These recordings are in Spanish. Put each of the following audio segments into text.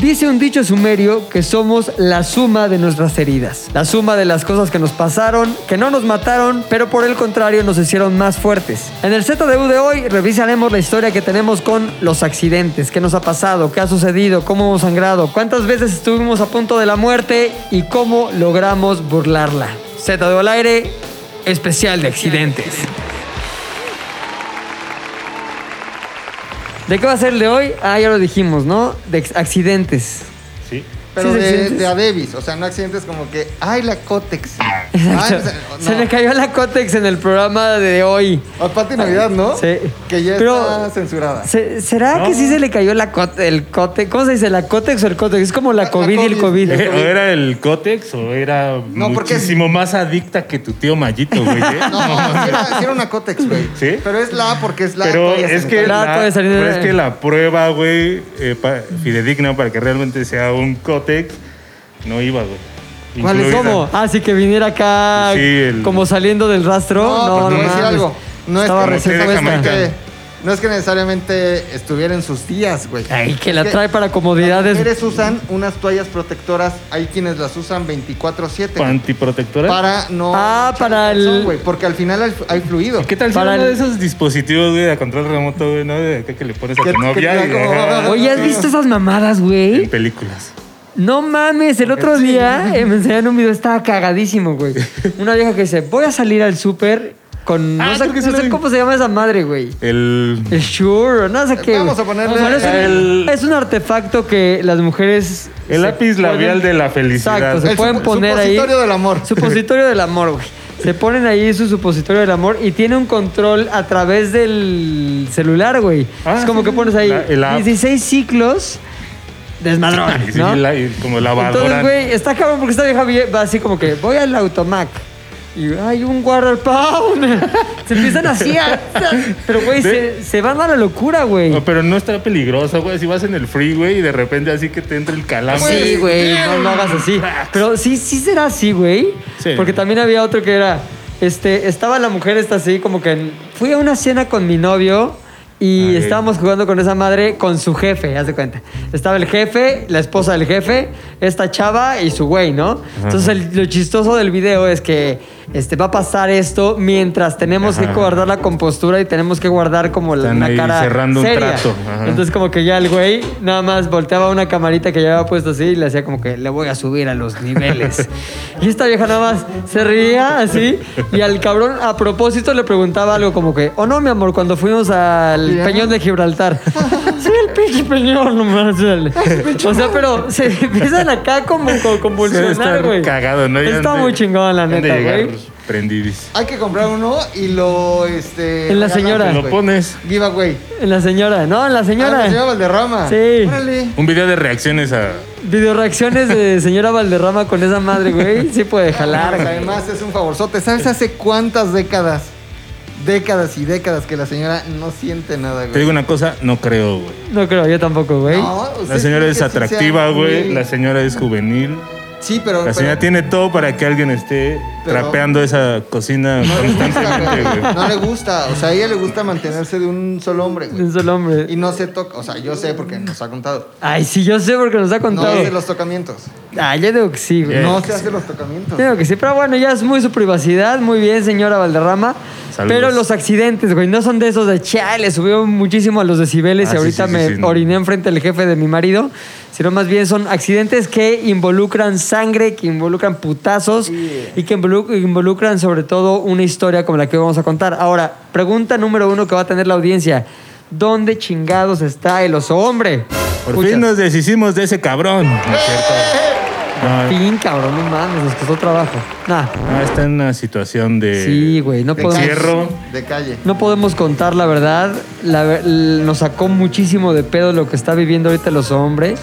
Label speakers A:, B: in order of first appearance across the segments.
A: Dice un dicho sumerio que somos la suma de nuestras heridas, la suma de las cosas que nos pasaron, que no nos mataron, pero por el contrario nos hicieron más fuertes. En el ZDU de hoy revisaremos la historia que tenemos con los accidentes, qué nos ha pasado, qué ha sucedido, cómo hemos sangrado, cuántas veces estuvimos a punto de la muerte y cómo logramos burlarla. ZDU al aire, especial de accidentes. ¿De qué va a ser el de hoy? Ah, ya lo dijimos, ¿no? De ex- accidentes.
B: Sí.
C: Pero
A: Sí, sí,
C: de,
A: sí.
C: de a Davis, o sea, no accidentes como que, ay, la Cotex. Ay,
A: Exacto.
C: o
A: Se
C: sea,
A: le
C: Ah, no.
A: cayó la cótex en el programa de hoy.
C: Aparte Navidad, ¿no?
A: Sí.
C: Que ya
A: Pero-
C: está censurada.
A: Se- ¿Será
B: No.
A: que sí se le cayó la cótex? El cótex? ¿Cómo se dice? ¿La cótex o el cótex? Es como la,
C: La-
A: COVID
C: la
A: y el
C: COVID.
A: COVID.
B: Eh, o era el cótex o era
C: No, porque-
B: muchísimo más adicta que tu tío Mayito, güey. ¿eh?
C: No, sí era, sí era una Cotex, güey.
B: ¿Sí?
C: Pero es la A porque es la
B: Pero
C: toalla
B: es que,
C: sanitaria.
A: Claro,
B: la,
A: puede salir de-
B: pero es que la prueba, güey, eh, pa- fidedigna para que realmente sea un cótex, no iba, güey.
C: ¿Cuál es?
B: Incluida.
A: ¿Cómo? Ah, sí, que viniera acá
B: Sí, el-
A: como saliendo del rastro.
C: No,
A: No, no,
C: porque voy a decir
A: mames.
C: algo. No
A: Estaba
C: es que
A: recién
B: Té de Jamaica.
C: necesariamente, no es que necesariamente estuviera en sus días, güey.
A: Ay, que
C: Es
A: la trae para comodidades.
C: Las mujeres usan unas toallas protectoras, hay quienes las usan 24/7
B: ¿Pantiprotectora?
C: para no
A: Ah, para el-
C: Sí, güey, porque al final hay- hay fluido.
B: ¿Y ¿Qué tal si
A: Para
B: uno de
A: el-
B: esos dispositivos, güey, a control remoto, güey, no? De acá que le pones a
C: Que-
B: tu
C: que
B: novia
C: te
B: y...
C: da como-
B: ajá,
A: Oye, ¿has visto esas mamadas, güey?
B: En películas.
A: No mames, el otro día eh, me enseñaron un video, estaba cagadísimo, güey. Una vieja que dice, voy a salir al súper con... No
B: Ah,
A: sé,
B: creo que sí
A: no
B: lo
A: sé
B: vi.
A: cómo se llama esa madre, güey.
B: El...
A: El sure, no sé qué.
C: Vamos
A: güey.
C: a ponerle
A: Pero es, un,
B: el-
A: es un artefacto que las mujeres...
B: El
A: se
B: lápiz labial de la felicidad.
A: Exacto, se
C: El
A: pueden
C: supo-
A: poner ahí...
C: supositorio del amor.
A: Supositorio del amor, güey. Se ponen ahí su supositorio del amor y tiene un control a través del celular, güey.
B: Ah,
A: es como
B: sí,
A: que
B: sí.
A: pones ahí
B: La- el app.
A: 16 ciclos desmadrón,
B: Sí,
A: ¿no?
B: la- y como lavadora.
A: Entonces, güey, está cabrón porque esta vieja vie- va así como que voy al automac. Y hay un water pound. Se empiezan así a- Pero, güey,
B: De-
A: se, se van a la locura, güey.
B: No, pero no está peligroso, güey. Si vas en el freeway y de repente así que te entra el calambre.
C: Pues,
B: Ah,
A: Sí, güey, no lo hagas así. Pero sí, sí será así, güey.
B: Sí.
A: Porque también había otro que era, este, estaba la mujer esta así, como que en- fui a una cena con mi novio y
B: Ay.
A: estábamos jugando con esa madre con su jefe, haz de cuenta. Estaba el jefe, la esposa del jefe, esta chava y su güey, ¿no? Entonces el- lo chistoso del video es que este, va a pasar esto mientras tenemos que
B: Ajá.
A: guardar la compostura y tenemos que guardar como la,
B: Están
A: una
B: ahí
A: cara
B: cerrando un
A: seria.
B: trato, ajá.
A: Entonces como que ya el güey nada más volteaba una camarita que llevaba puesto así y le hacía como que le voy a subir a los niveles. y esta vieja nada más se reía así y al cabrón a propósito le preguntaba algo como que, oh no, mi amor, cuando fuimos al
C: Ya.
A: peñón de Gibraltar. sí, el pinche peñón, no manches. O sea, pero se empiezan acá como co- convulsionar,
B: Está
A: güey.
B: cagado, ¿no? Ya
A: Está
B: han de-
A: muy chingón, la
B: han de
A: neta,
B: llegar
A: güey.
B: Prendidis.
C: Hay que comprar uno y lo este
A: En la
C: regalamos,
A: señora.
B: Te lo
C: güey.
B: pones.
C: Giveaway.
A: La señora, ¿no? La
C: Ah,
A: señora.
C: la señora Valderrama.
A: Sí.
C: Órale.
B: Un video de reacciones a.
A: Video reacciones de señora Valderrama con esa madre, güey. Sí puede jalar,
C: Pues,
A: güey.
C: Además es un favorzote. ¿Sabes hace cuántas décadas? Décadas y décadas que la señora no siente nada,
B: Te
C: güey.
B: digo una cosa, no creo, güey.
A: No creo, yo tampoco, güey.
C: No,
B: La
C: ustedes
B: señora
C: creen
B: es
C: que sí sea
B: atractiva, güey.
C: muy-
B: La señora es juvenil.
C: Sí, pero.
B: La señora
C: pero-
B: tiene todo para que alguien esté
C: Pero-
B: trapeando esa cocina
C: No le,
B: constantemente,
C: gusta, güey.
B: güey.
C: no le gusta, o sea, a ella le gusta mantenerse de un solo hombre,
A: De un
C: güey.
A: solo hombre.
C: Y no se toca, o sea, yo sé porque nos ha contado.
A: Ay, sí, yo sé porque nos ha
C: No
A: contado.
C: hace los tocamientos.
A: Ay, yo digo que sí, güey.
B: Eh.
C: No se hace los tocamientos.
A: Yo digo que sí, pero bueno, ya es muy su privacidad. Muy bien, señora Valderrama.
B: Saludos.
A: Pero los accidentes, güey, no son de esos de chale. Subió muchísimo a los decibeles y
B: Ah, sí,
A: ahorita
B: sí, sí,
A: me
B: sí, no.
A: oriné enfrente del jefe de mi marido. Sino más bien son accidentes que involucran sangre, que involucran putazos y que involu- involucran sobre todo una historia como la que hoy vamos a contar. Ahora, pregunta número uno que va a tener la audiencia. ¿Dónde chingados está el oso hombre?
B: Por
A: Escucha.
B: fin nos deshicimos de ese cabrón. No es cierto. No,
A: Fin, cabrón, no mames, nos costó trabajo. Nah,
B: no, está en una situación de.
A: sí, güey, no
C: De
A: podemos.
C: calle,
B: Encierro.
C: De calle.
A: No podemos contar la verdad. La ver- l- nos sacó muchísimo de pedo lo que está viviendo ahorita los hombres.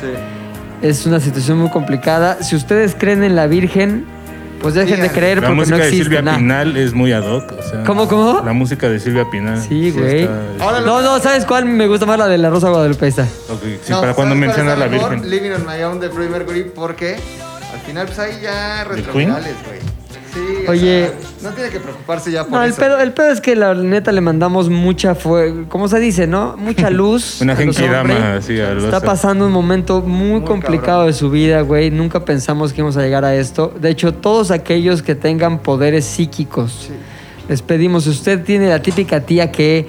A: Es una situación muy complicada. Si ustedes creen en la Virgen, pues dejen de
C: Digan.
A: creer
B: La
A: porque
B: música
A: no
B: de Silvia
A: existe nada.
B: Pinal es muy ad hoc. o sea,
A: ¿Cómo, cómo?
B: La música de Silvia Pinal.
A: Sí, güey.
B: está-
C: Ahora lo-
A: No, no, ¿sabes cuál? Me gusta más la de la Rosa Guadalupe. esa.
B: Ok, sí,
C: No,
B: para cuando
C: ¿sabes cuál
B: menciona a
C: está
B: la
C: mejor?
B: Virgen.
C: Living on my own de Freddie Mercury porque al final pues ahí ya
B: Queen?
C: retrovirales, güey. Sí, Sí, o
A: Oye.
C: sea, no tiene que preocuparse ya por
A: No, el
C: eso.
A: pedo, el pedo es que la neta le mandamos mucha fue, ¿cómo se dice, no? Mucha luz.
B: Una
A: a los
B: genkidama,
A: hombres.
B: sí, al
A: Está
B: WhatsApp.
A: pasando un momento muy,
C: Muy
A: complicado
C: cabrón.
A: de su vida, güey. Nunca pensamos que íbamos a llegar a esto. De hecho, todos aquellos que tengan poderes psíquicos, les pedimos, si usted tiene la típica tía que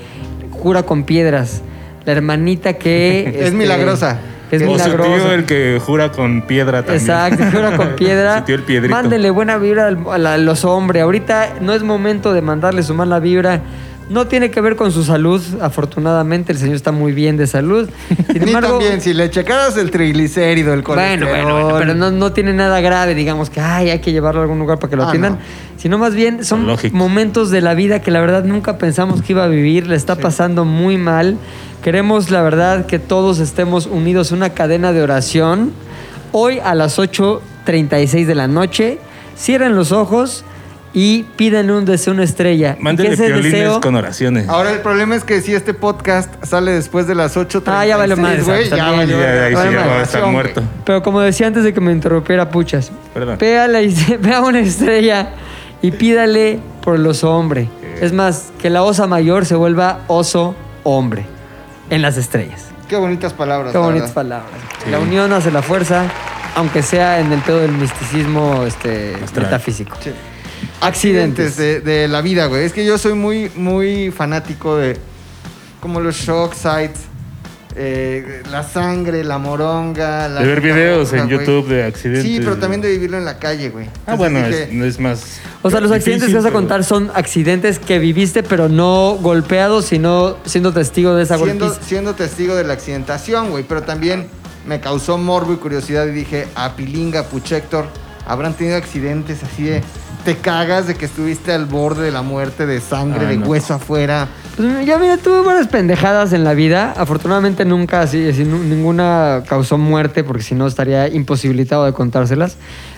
A: cura con piedras, la hermanita que... este,
C: Es milagrosa.
A: Es
B: o su
A: milagrosa.
B: tío el que jura con piedra también.
A: Exacto, jura con piedra.
B: Su tío el piedrito.
A: Mándele buena vibra al- a, la- a los hombres. Ahorita no es momento de mandarle su mala vibra. No tiene que ver con su salud. Afortunadamente, el señor está muy bien de salud. Sin
C: Ni
A: embargo,
C: también, si le checaras el triglicérido, el
A: bueno,
C: colesterol.
A: bueno, bueno, pero no, no tiene nada grave, digamos que ay, hay que llevarlo a algún lugar para que lo
C: Ah,
A: atiendan.
C: no.
A: Sino más bien son
B: Lógico.
A: momentos de la vida que la verdad nunca pensamos que iba a vivir, le está pasando muy mal. Queremos, la verdad, que todos estemos unidos en una cadena de oración. Hoy a las 8.36 de la noche, cierren los ojos y pídanle un deseo, a una estrella. Y que
B: Mándele
A: ese
B: piolines
A: deseo-
B: con oraciones.
C: Ahora el problema es que si este podcast sale después de las 8.36,
A: Ah, ya valió madre,
C: güey, ya
A: también.
B: ya,
C: valió.
B: ya, ahí sí,
A: Bueno,
B: ya va a estar
C: oración,
B: muerto.
C: güey.
A: Pero como decía antes de que me interrumpiera Puchas,
B: Perdón.
A: véala y se- vea una estrella y pídale por los hombres.
B: Eh.
A: Es más, que la osa mayor se vuelva oso hombre en las estrellas.
C: Qué bonitas palabras.
A: Qué
C: la
A: bonitas
C: verdad.
A: palabras. La unión hace la fuerza, aunque sea en el pedo del misticismo este,
B: Astral.
A: metafísico.
C: Sí.
A: Accidentes.
C: accidentes de, de la vida, güey. Es que yo soy muy, muy fanático de como los shock sites, eh, la sangre, la moronga. La
B: De ver videos en
C: güey.
B: YouTube de accidentes.
C: Sí, pero también de vivirlo en la calle, güey.
B: Ah,
C: Entonces
B: bueno,
C: dije,
B: es, no es más.
A: O sea, los accidentes
B: difícil,
A: que vas a
B: pero-
A: contar son accidentes que viviste, pero no golpeado, sino siendo testigo de esa
C: siendo,
A: golpiza.
C: siendo testigo de la accidentación, güey, pero también me causó morbo y curiosidad y dije, a Pilinga, Puchector, habrán tenido accidentes así de... Te cagas de que estuviste al borde de la muerte, de sangre,
B: Ah,
C: de
B: no.
C: hueso afuera.
A: Pues ya mira, tuve varias pendejadas en la vida. Afortunadamente nunca, así, así, nu- ninguna causó muerte, porque si no estaría imposibilitado de contárselas.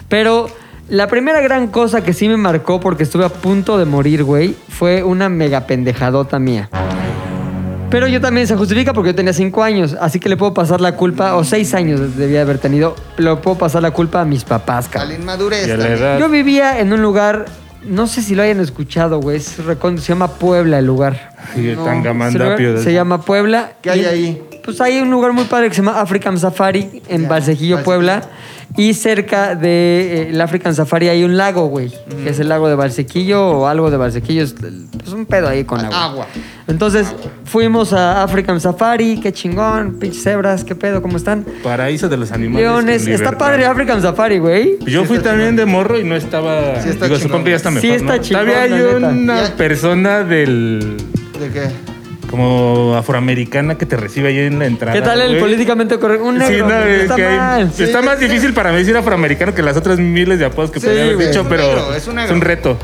A: Pero la primera gran cosa que sí me marcó, porque estuve a punto de morir, güey, fue una mega pendejadota mía. Pero yo también se justifica porque yo tenía 5 años, así que le puedo pasar la culpa, o 6 años debía haber tenido, le puedo pasar la culpa a mis papás,
C: A
A: cabrón.
C: la inmadurez.
B: Y a la
C: también.
B: edad.
A: Yo vivía en un lugar, no sé si lo hayan escuchado, güey, es recon- se llama Puebla el lugar.
B: Sí, de
C: No,
B: Tangamandapio.
A: Se,
B: de-
A: se llama Puebla.
C: ¿Qué hay
A: Y-
C: ahí?
A: Pues hay un lugar muy padre que se llama African Safari en Valsejillo,
C: Ya, Valsejillo.
A: Puebla. Y cerca del de, eh, el African Safari hay un lago, güey. Que es el lago de Valsequillo o algo de Valsequillo. Es pues, un pedo ahí
C: Ah,
A: con agua.
C: Agua.
A: Entonces fuimos a African Safari. Qué chingón. Pinches cebras. Qué pedo. ¿Cómo están?
B: Paraíso de los animales.
A: Leones.
B: en
A: Está
B: libertad.
A: padre African Safari, güey.
B: Yo
C: Sí
B: fui
C: está
B: también de morro y no estaba.
C: Sí está
B: digo,
C: chingón.
B: supongo que ya está
A: Sí
B: mejor.
A: está
B: ¿no?
A: chingón,
B: Todavía
A: la
B: hay
A: neta.
B: una
C: Ya-
B: persona del.
C: ¿De qué?
B: como afroamericana que te recibe ahí en la entrada.
A: ¿Qué tal el
B: güey.
A: políticamente correcto? Un negro.
B: sí, no,
A: güey,
B: es
A: está
B: que hay-
A: mal.
C: Sí,
B: está más
C: sí.
B: difícil para mí decir afroamericano que las otras miles de apodos que
C: Sí,
B: podría haber
C: güey.
B: dicho,
C: Es un
B: pero
C: negro, es un negro.
B: reto.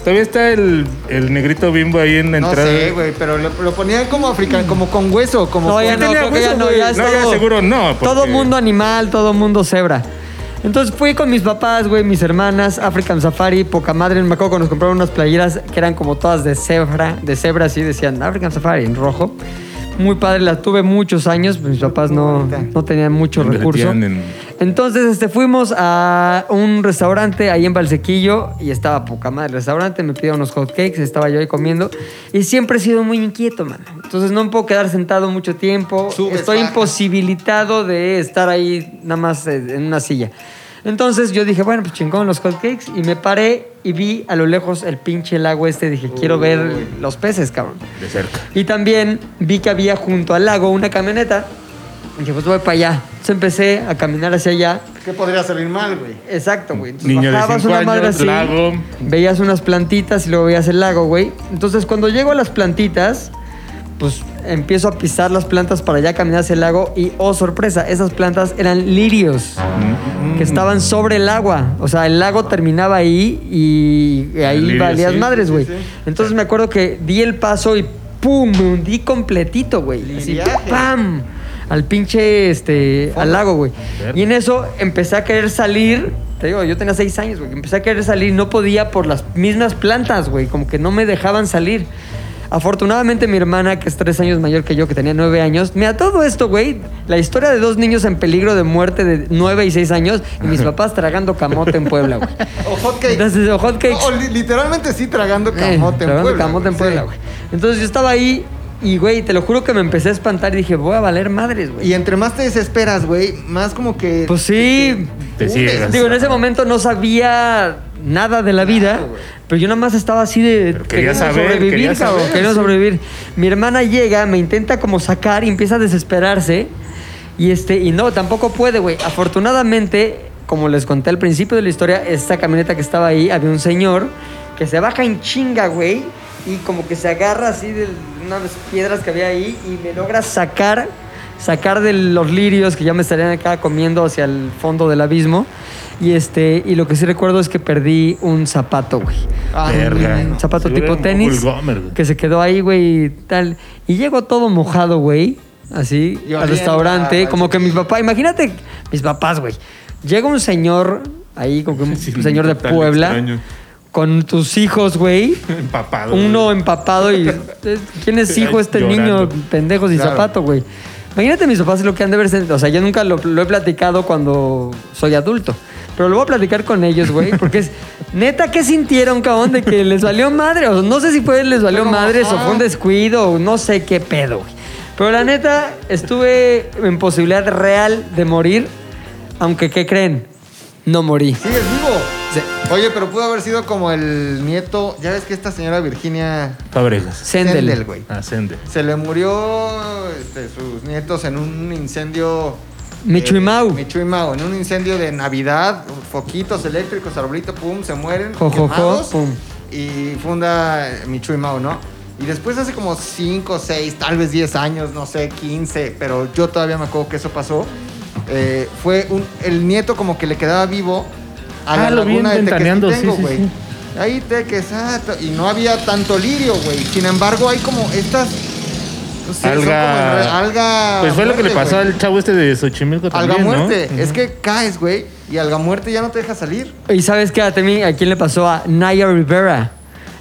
B: Todavía está el, el negrito bimbo ahí en la
C: No
B: entrada.
C: sé, güey, pero lo, lo ponían como africano, como con hueso, como
A: No,
C: con-
A: ya no,
B: tenía
A: creo que ya
B: hueso,
A: no,
B: güey.
A: ya es
B: No, ya
A: todo-
B: seguro no, porque-
A: Todo mundo animal, todo mundo cebra. Entonces fui con mis papás, güey, mis hermanas, African Safari, poca madre, me acuerdo cuando nos compraron unas playeras que eran como todas de cebra, de cebra así decían African Safari en rojo. Muy padre, la tuve muchos años, pues mis papás no,
C: bonita.
A: no tenían mucho recurso.
B: Invertían en-
A: Entonces este, fuimos a un restaurante ahí en Valsequillo y estaba poca madre el restaurante, me pidieron unos hot cakes, estaba yo ahí comiendo y siempre he sido muy inquieto, mano. Entonces no me puedo quedar sentado mucho tiempo,
C: Subes,
A: estoy
C: bajas.
A: imposibilitado de estar ahí nada más eh, en una silla. Entonces yo dije, bueno, pues chingón los hot cakes y me paré y vi a lo lejos el pinche lago este, dije, quiero ver los peces, cabrón.
B: De cerca.
A: Y también vi que había junto al lago una camioneta. Y dije, pues voy para allá. Entonces empecé a caminar hacia allá.
C: ¿Qué podría salir mal, güey?
A: Exacto, güey. Entonces
B: Niño de
A: bajabas
B: cinco
A: una madre
B: años,
A: así,
B: lago.
A: veías unas plantitas y luego veías el lago, güey. Entonces cuando llego a las plantitas, pues empiezo a pisar las plantas para allá caminar hacia el lago y, oh sorpresa, esas plantas eran lirios que
B: Mm.
A: estaban sobre el agua. O sea, el lago terminaba ahí y ahí
B: El lirio,
A: valías
B: sí,
A: madres,
B: sí,
A: güey.
C: sí.
A: Entonces me acuerdo que di el paso y ¡pum! Me hundí completito, güey. Así,
C: Liriaje.
A: ¡pam! Al pinche, este, al lago, güey.
B: Verga.
A: Y en eso empecé a querer salir. Te digo, yo tenía seis años, güey. Empecé a querer salir, no podía por las mismas plantas, güey. Como que no me dejaban salir. Afortunadamente mi hermana, que es tres años mayor que yo, que tenía nueve años, me a todo esto, güey, la historia de dos niños en peligro de muerte de nueve y seis años y mis papás tragando camote en Puebla, güey.
C: O hotcakes.
A: Entonces, o hotcakes.
C: O li- literalmente sí tragando
A: Eh,
C: camote en
A: tragando
C: Puebla.
A: camote en
C: sí.
A: Puebla, güey. Entonces yo estaba ahí y, güey, te lo juro que me empecé a espantar y dije, voy a valer madres, güey.
C: Y entre más te desesperas, güey, más como que...
A: Pues sí.
B: Te
C: Uy,
B: ciegas.
A: Digo, en ese momento no sabía nada de la vida, pero yo nada más estaba así de...
B: Pero quería
A: queriendo
B: saber,
A: sobrevivir,
B: quería
A: cabrón,
B: saber,
A: queriendo
B: sí.
A: sobrevivir. Mi hermana llega, me intenta como sacar y empieza a desesperarse. Y, este, y no, tampoco puede, güey. Afortunadamente, como les conté al principio de la historia, esta camioneta que estaba ahí, había un señor que se baja en chinga, güey. Y como que se agarra así de unas piedras que había ahí y me logra sacar, sacar de los lirios que ya me estarían acá comiendo hacia el fondo del abismo. Y, este, y lo que sí recuerdo es que perdí un zapato, güey.
C: Ay,
B: Verga.
C: bueno.
A: Un zapato
B: Seguro
A: tipo
B: era un
A: tenis
B: Woolgomer, güey.
A: que se quedó ahí, güey, y tal. Y llegó todo mojado, güey, así,
C: Y
A: al
C: oliendo
A: restaurante.
C: a-
A: Como que mi papá, imagínate, mis papás, güey. Llega un señor ahí, como que un
B: Sí,
A: señor de
B: total
A: Puebla,
B: extraño.
A: con tus hijos, güey.
B: Empapado.
A: Uno
B: güey.
A: empapado y... eh, ¿Quién es hijo este
B: Llorando.
A: niño? Pendejo sin
C: Claro.
A: zapato, güey. Imagínate mis papás lo que han de ver... O sea, yo nunca lo, lo he platicado cuando soy adulto. Pero lo voy a platicar con ellos, güey. Porque es... Neta, ¿qué sintieron, cabrón? De que les valió madre. O no sé si fue les valió
C: Bueno,
A: madres o
C: ajá.
A: fue un descuido o no sé qué pedo, güey. Pero la neta, estuve en posibilidad real de morir. Aunque, ¿qué creen? No morí.
C: Sigues vivo.
A: Sí.
C: Oye, pero pudo haber sido como el nieto... Ya ves que esta señora Virginia...
B: Fabregas.
A: Sendel.
C: Sendel, güey.
B: Ascende.
C: Se le murió este, sus nietos en un incendio...
A: Michuimau.
C: eh, Michuimau, en un incendio de Navidad, foquitos eléctricos, arbolito, pum, se mueren.
A: Jo, jo, jo,
C: quemados,
A: pum.
C: Y funda eh, Michuimau, ¿no? Y después hace como 5, 6, tal vez 10 años, no sé, 15, pero yo todavía me acuerdo que eso pasó. Eh, fue un, el nieto como que le quedaba vivo a la
B: Ah, lo vi
C: laguna de
B: ventaneando, sí,
C: Tequesquitengo,
B: sí,
C: güey.
B: sí.
C: Ahí te que exacto. Y no había tanto lirio, güey. Sin embargo, hay como estas. no sé, Pues son como enre-
B: Alga.
C: alga.
B: Pues fue lo que le
C: muerte,
B: pasó
C: güey.
B: al chavo este de Xochimilco
C: Alga
B: también, ¿no?
C: muerte. Es que caes, güey. Y alga muerte ya no te deja salir.
A: ¿Y sabes qué? A, mí, ¿A quién le pasó? A Naya Rivera.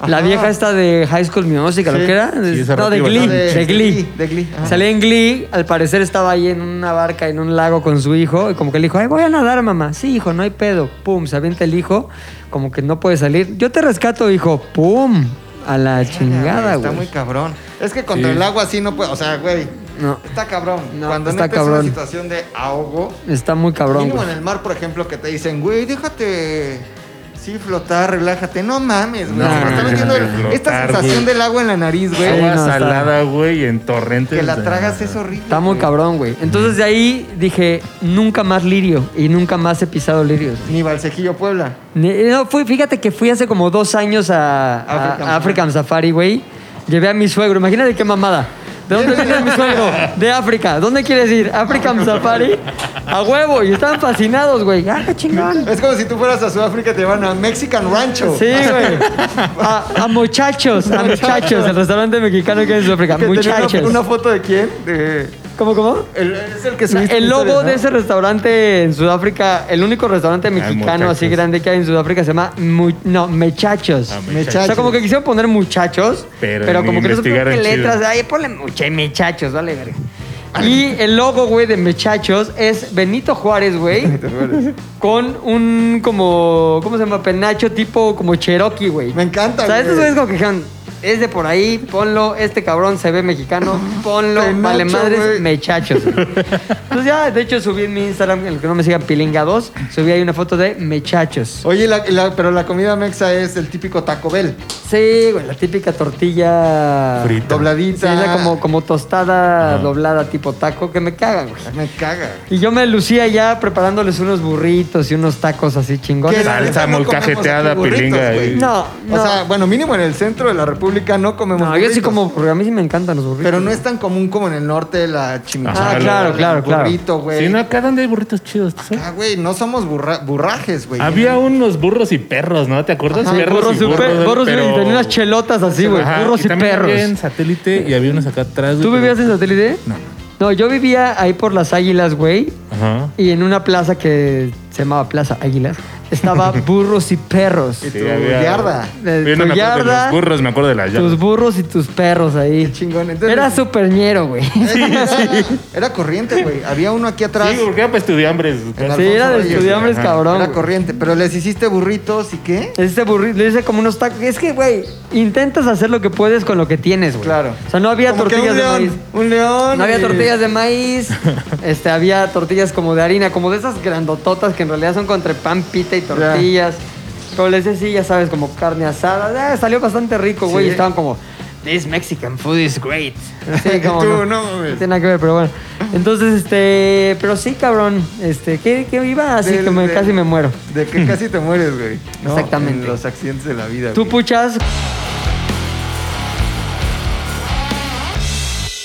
A: La
C: Ajá.
A: vieja esta de High School Musical, ¿lo
C: Sí.
A: que era?
B: Sí, esa
A: no, de
B: rápido,
A: Glee,
B: ¿no?
A: de,
C: De-
A: Glee.
C: de Glee, ajá.
A: Salía en Glee, al parecer estaba ahí en una barca, en un lago con su hijo, y como que le dijo, ay, voy a nadar, mamá. Sí, hijo, no hay pedo. Pum, se avienta el hijo, como que no puede salir. Yo te rescato, hijo. Pum, a la chingada,
C: Está
A: güey.
C: muy cabrón. Es que contra
B: Sí.
C: el agua así no puede. O sea, güey.
A: No,
C: Está cabrón.
A: No,
C: Cuando
A: está
C: neta es
A: cabrón.
C: una situación de ahogo.
A: está muy cabrón,
C: mínimo
A: güey.
C: en el mar, por ejemplo, que te dicen, güey, déjate. Sí, flotar, relájate. No mames, güey.
A: No,
C: Se me está
A: no,
C: metiendo
B: no,
C: el-
B: no,
C: esta
B: flotar,
C: sensación
B: güey.
C: del agua en la nariz, güey.
A: Sí, no,
B: Agua
A: está-
B: salada, güey, en torrentes.
C: Que la
B: de-
C: tragas es horrible.
A: Está muy
C: güey.
A: cabrón, güey. Entonces de ahí dije, nunca más lirio, y nunca más he pisado lirios.
C: Ni Valsequillo, Puebla.
A: Ni- No, fui, fíjate que fui hace como dos años a, a-
C: African
A: a African Safari, güey. Llevé a mi suegro. Imagínate qué mamada. ¿De dónde viene mi suegro? De África. ¿Dónde quieres ir? African Safari. A huevo. Y estaban fascinados, güey. Ah, qué chingón.
C: Es como si tú fueras a Sudáfrica y te van a Mexican Rancho.
A: Sí, güey. A, a muchachos, a muchachos. El restaurante mexicano que hay en Sudáfrica.
C: Que tenía una-
A: Muchachos.
C: Una, foto de quién? De-
A: ¿Cómo, cómo?
C: el, es el que
A: O sea,
C: subiste.
A: el
C: en
A: logo
C: historia,
A: de
C: ¿no?
A: ese restaurante en Sudáfrica, el único restaurante mexicano así
B: Ah, muchachos.
A: grande que hay en Sudáfrica se llama Mu- no, Mechachos.
B: Ah,
C: Me
B: muchacho.
A: O sea, como que quisieron poner muchachos, pero,
B: Pero ni
A: como que no supieron qué
B: investigaron chido.
A: letras. Ahí ponle mucha- muchachos, vale, verga. Y el logo, güey, de muchachos es Benito Juárez, güey, con un como, ¿cómo se llama? Penacho tipo como Cherokee, güey.
C: Me encanta,
A: O sea,
C: güey.
A: estos güeyes como que dijeron, es de por ahí, ponlo, este cabrón se ve mexicano, ponlo,
C: Penacho,
A: vale madres,
C: güey.
A: mechachos. güey. Entonces Pues ya, de hecho, subí en mi Instagram, el que no me siga, Pilinga2, subí ahí una foto de mechachos.
C: Oye, la- la- pero la comida mexa es el típico Taco Bell.
A: Sí, güey, la típica tortilla
B: Frita.
A: Sí,
C: Dobladita.
A: era como, como tostada
B: Ajá.
A: doblada tipo taco, que me cagan, güey.
C: Me caga.
A: Y yo me lucía ya preparándoles unos burritos y unos tacos así
C: Que
A: chingones.
C: la neta
B: Salsa
C: no
B: muy
C: comemos
B: cajeteada,
C: aquí burritos,
B: pilinga,
C: güey.
B: y-
A: No, no.
C: O sea, bueno, mínimo en el centro de la República no comemos
A: No, yo sí
C: burritos.
A: como, burritos, a mí sí me encantan los burritos.
C: Pero no es tan común como en el norte la chimichanga.
B: Ah, claro,
C: el
A: claro, claro.
C: burrito, güey.
B: Sí, no, acá donde hay burritos chidos, ¿tú sabes?
C: Ah, güey, no somos burra- burrajes, güey.
B: Había unos burros y perros, ¿no? ¿Te acuerdas?
A: Ajá,
B: Ah, perros,
A: burros
B: y burros,
A: pe- burros y-
B: pero-
A: y tenía unas chelotas así, güey.
B: Ajá,
A: Burros y,
B: también
A: perros.
B: Había en satélite y había unos acá atrás. güey,
A: ¿Tú
B: pero-
A: vivías en satélite?
B: No.
A: No, yo vivía ahí por las Águilas, güey.
B: Ajá.
A: Y en una plaza que se llamaba Plaza Águilas, estaba burros y perros.
C: Y tu yarda.
A: De
B: Yo no
A: tu
B: me acuerdo de
A: yarda,
B: los burros, me acuerdo de las
A: Tus
B: yardas.
A: burros y tus perros ahí.
C: Qué chingón. Entonces-
A: Era súper ñero, güey.
C: era, era corriente, güey. Había uno aquí atrás.
B: Sí, porque era para estudiambres.
C: Alfonso
A: Sí, era de
C: Reyes,
A: estudiambres,
B: ajá.
A: cabrón.
C: era
A: güey.
C: corriente. Pero les hiciste burritos y qué?
A: Este burrito, le hice como unos tacos. Es que, güey, intentas hacer lo que puedes con lo que tienes, güey.
C: Claro.
A: O sea, no había
C: Como que
A: tortillas
C: un
A: de
C: león,
A: maíz.
C: Un león.
A: No había
C: y-
A: tortillas de maíz, este, había tortillas como de harina, como de esas grandototas que en realidad son contra pan, pita y tortillas. Pero les decía, ya sabes, como carne asada. Ah, salió bastante rico, güey.
C: Sí.
A: y Estaban como, this Mexican food is great. Sí,
C: Y
A: como,
C: tú, no mames.
A: tiene nada que ver, pero bueno. Entonces, este, pero sí, cabrón, este, que, que iba así
C: de-
A: que me-
C: de-
A: casi me muero.
C: De que casi te mueres, güey. ¿no?
A: Exactamente.
C: En los accidentes de la vida.
A: Tú
C: güey.
A: puchas.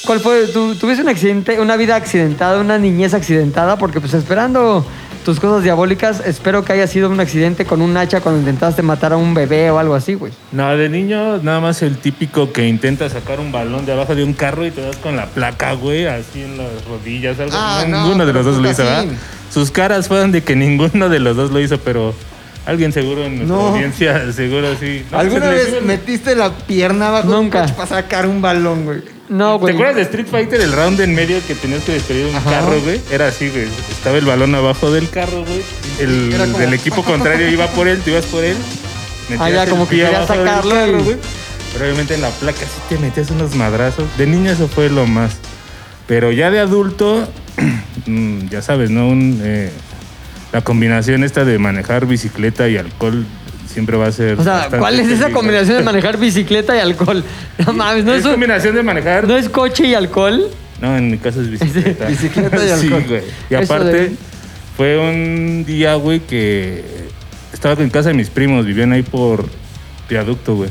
A: ¿Cuál fue? ¿Tú, ¿Tuviste un accidente, una vida accidentada, una niñez accidentada? Porque pues esperando tus cosas diabólicas, espero que haya sido un accidente con un hacha cuando intentaste matar a un bebé o algo así, güey.
B: No, de niño, nada más el típico que intenta sacar un balón de abajo de un carro y te das con la placa, güey, así en las rodillas, algo.
C: Ah, no,
B: ninguno de los dos lo
C: puta,
B: hizo, ¿verdad?
C: sí.
B: Sus caras fueron de que ninguno de los dos lo hizo, pero alguien seguro en nuestra
C: No.
B: audiencia, seguro sí. No,
C: ¿Alguna
B: se les
C: vez
B: iba-
C: metiste la pierna bajo un
A: Nunca.
C: coche para sacar un balón, güey?
A: No,
B: ¿Te
A: güey.
B: acuerdas de Street Fighter, el round en medio que tenías que despedir un
C: Ajá.
B: carro, güey? Era así, güey. Estaba el balón abajo del carro, güey. El
C: Era como-
B: del equipo contrario iba por él, tú ibas por él. metías
A: Ah, ya,
B: el
A: como que
B: pie
A: querías
B: abajo del
A: sacarlo y-
B: Pero obviamente en la placa sí te metías unos madrazos. De niño eso fue lo más. Pero ya de adulto, mm, ya sabes, ¿no? Un, eh, la combinación esta de manejar bicicleta y alcohol siempre va a ser.
A: O sea,
B: bastante
A: ¿cuál es esa
B: peligrosa.
A: combinación de manejar bicicleta y alcohol? No mames, no
B: es
A: es, un-
B: combinación de manejar
A: no es coche y alcohol.
B: no, en mi caso es bicicleta.
C: Bicicleta y
B: Sí,
C: alcohol.
B: güey. Y
A: Eso
B: aparte,
A: de-
B: fue un día, güey, que estaba en casa de mis primos, vivían ahí por viaducto, güey.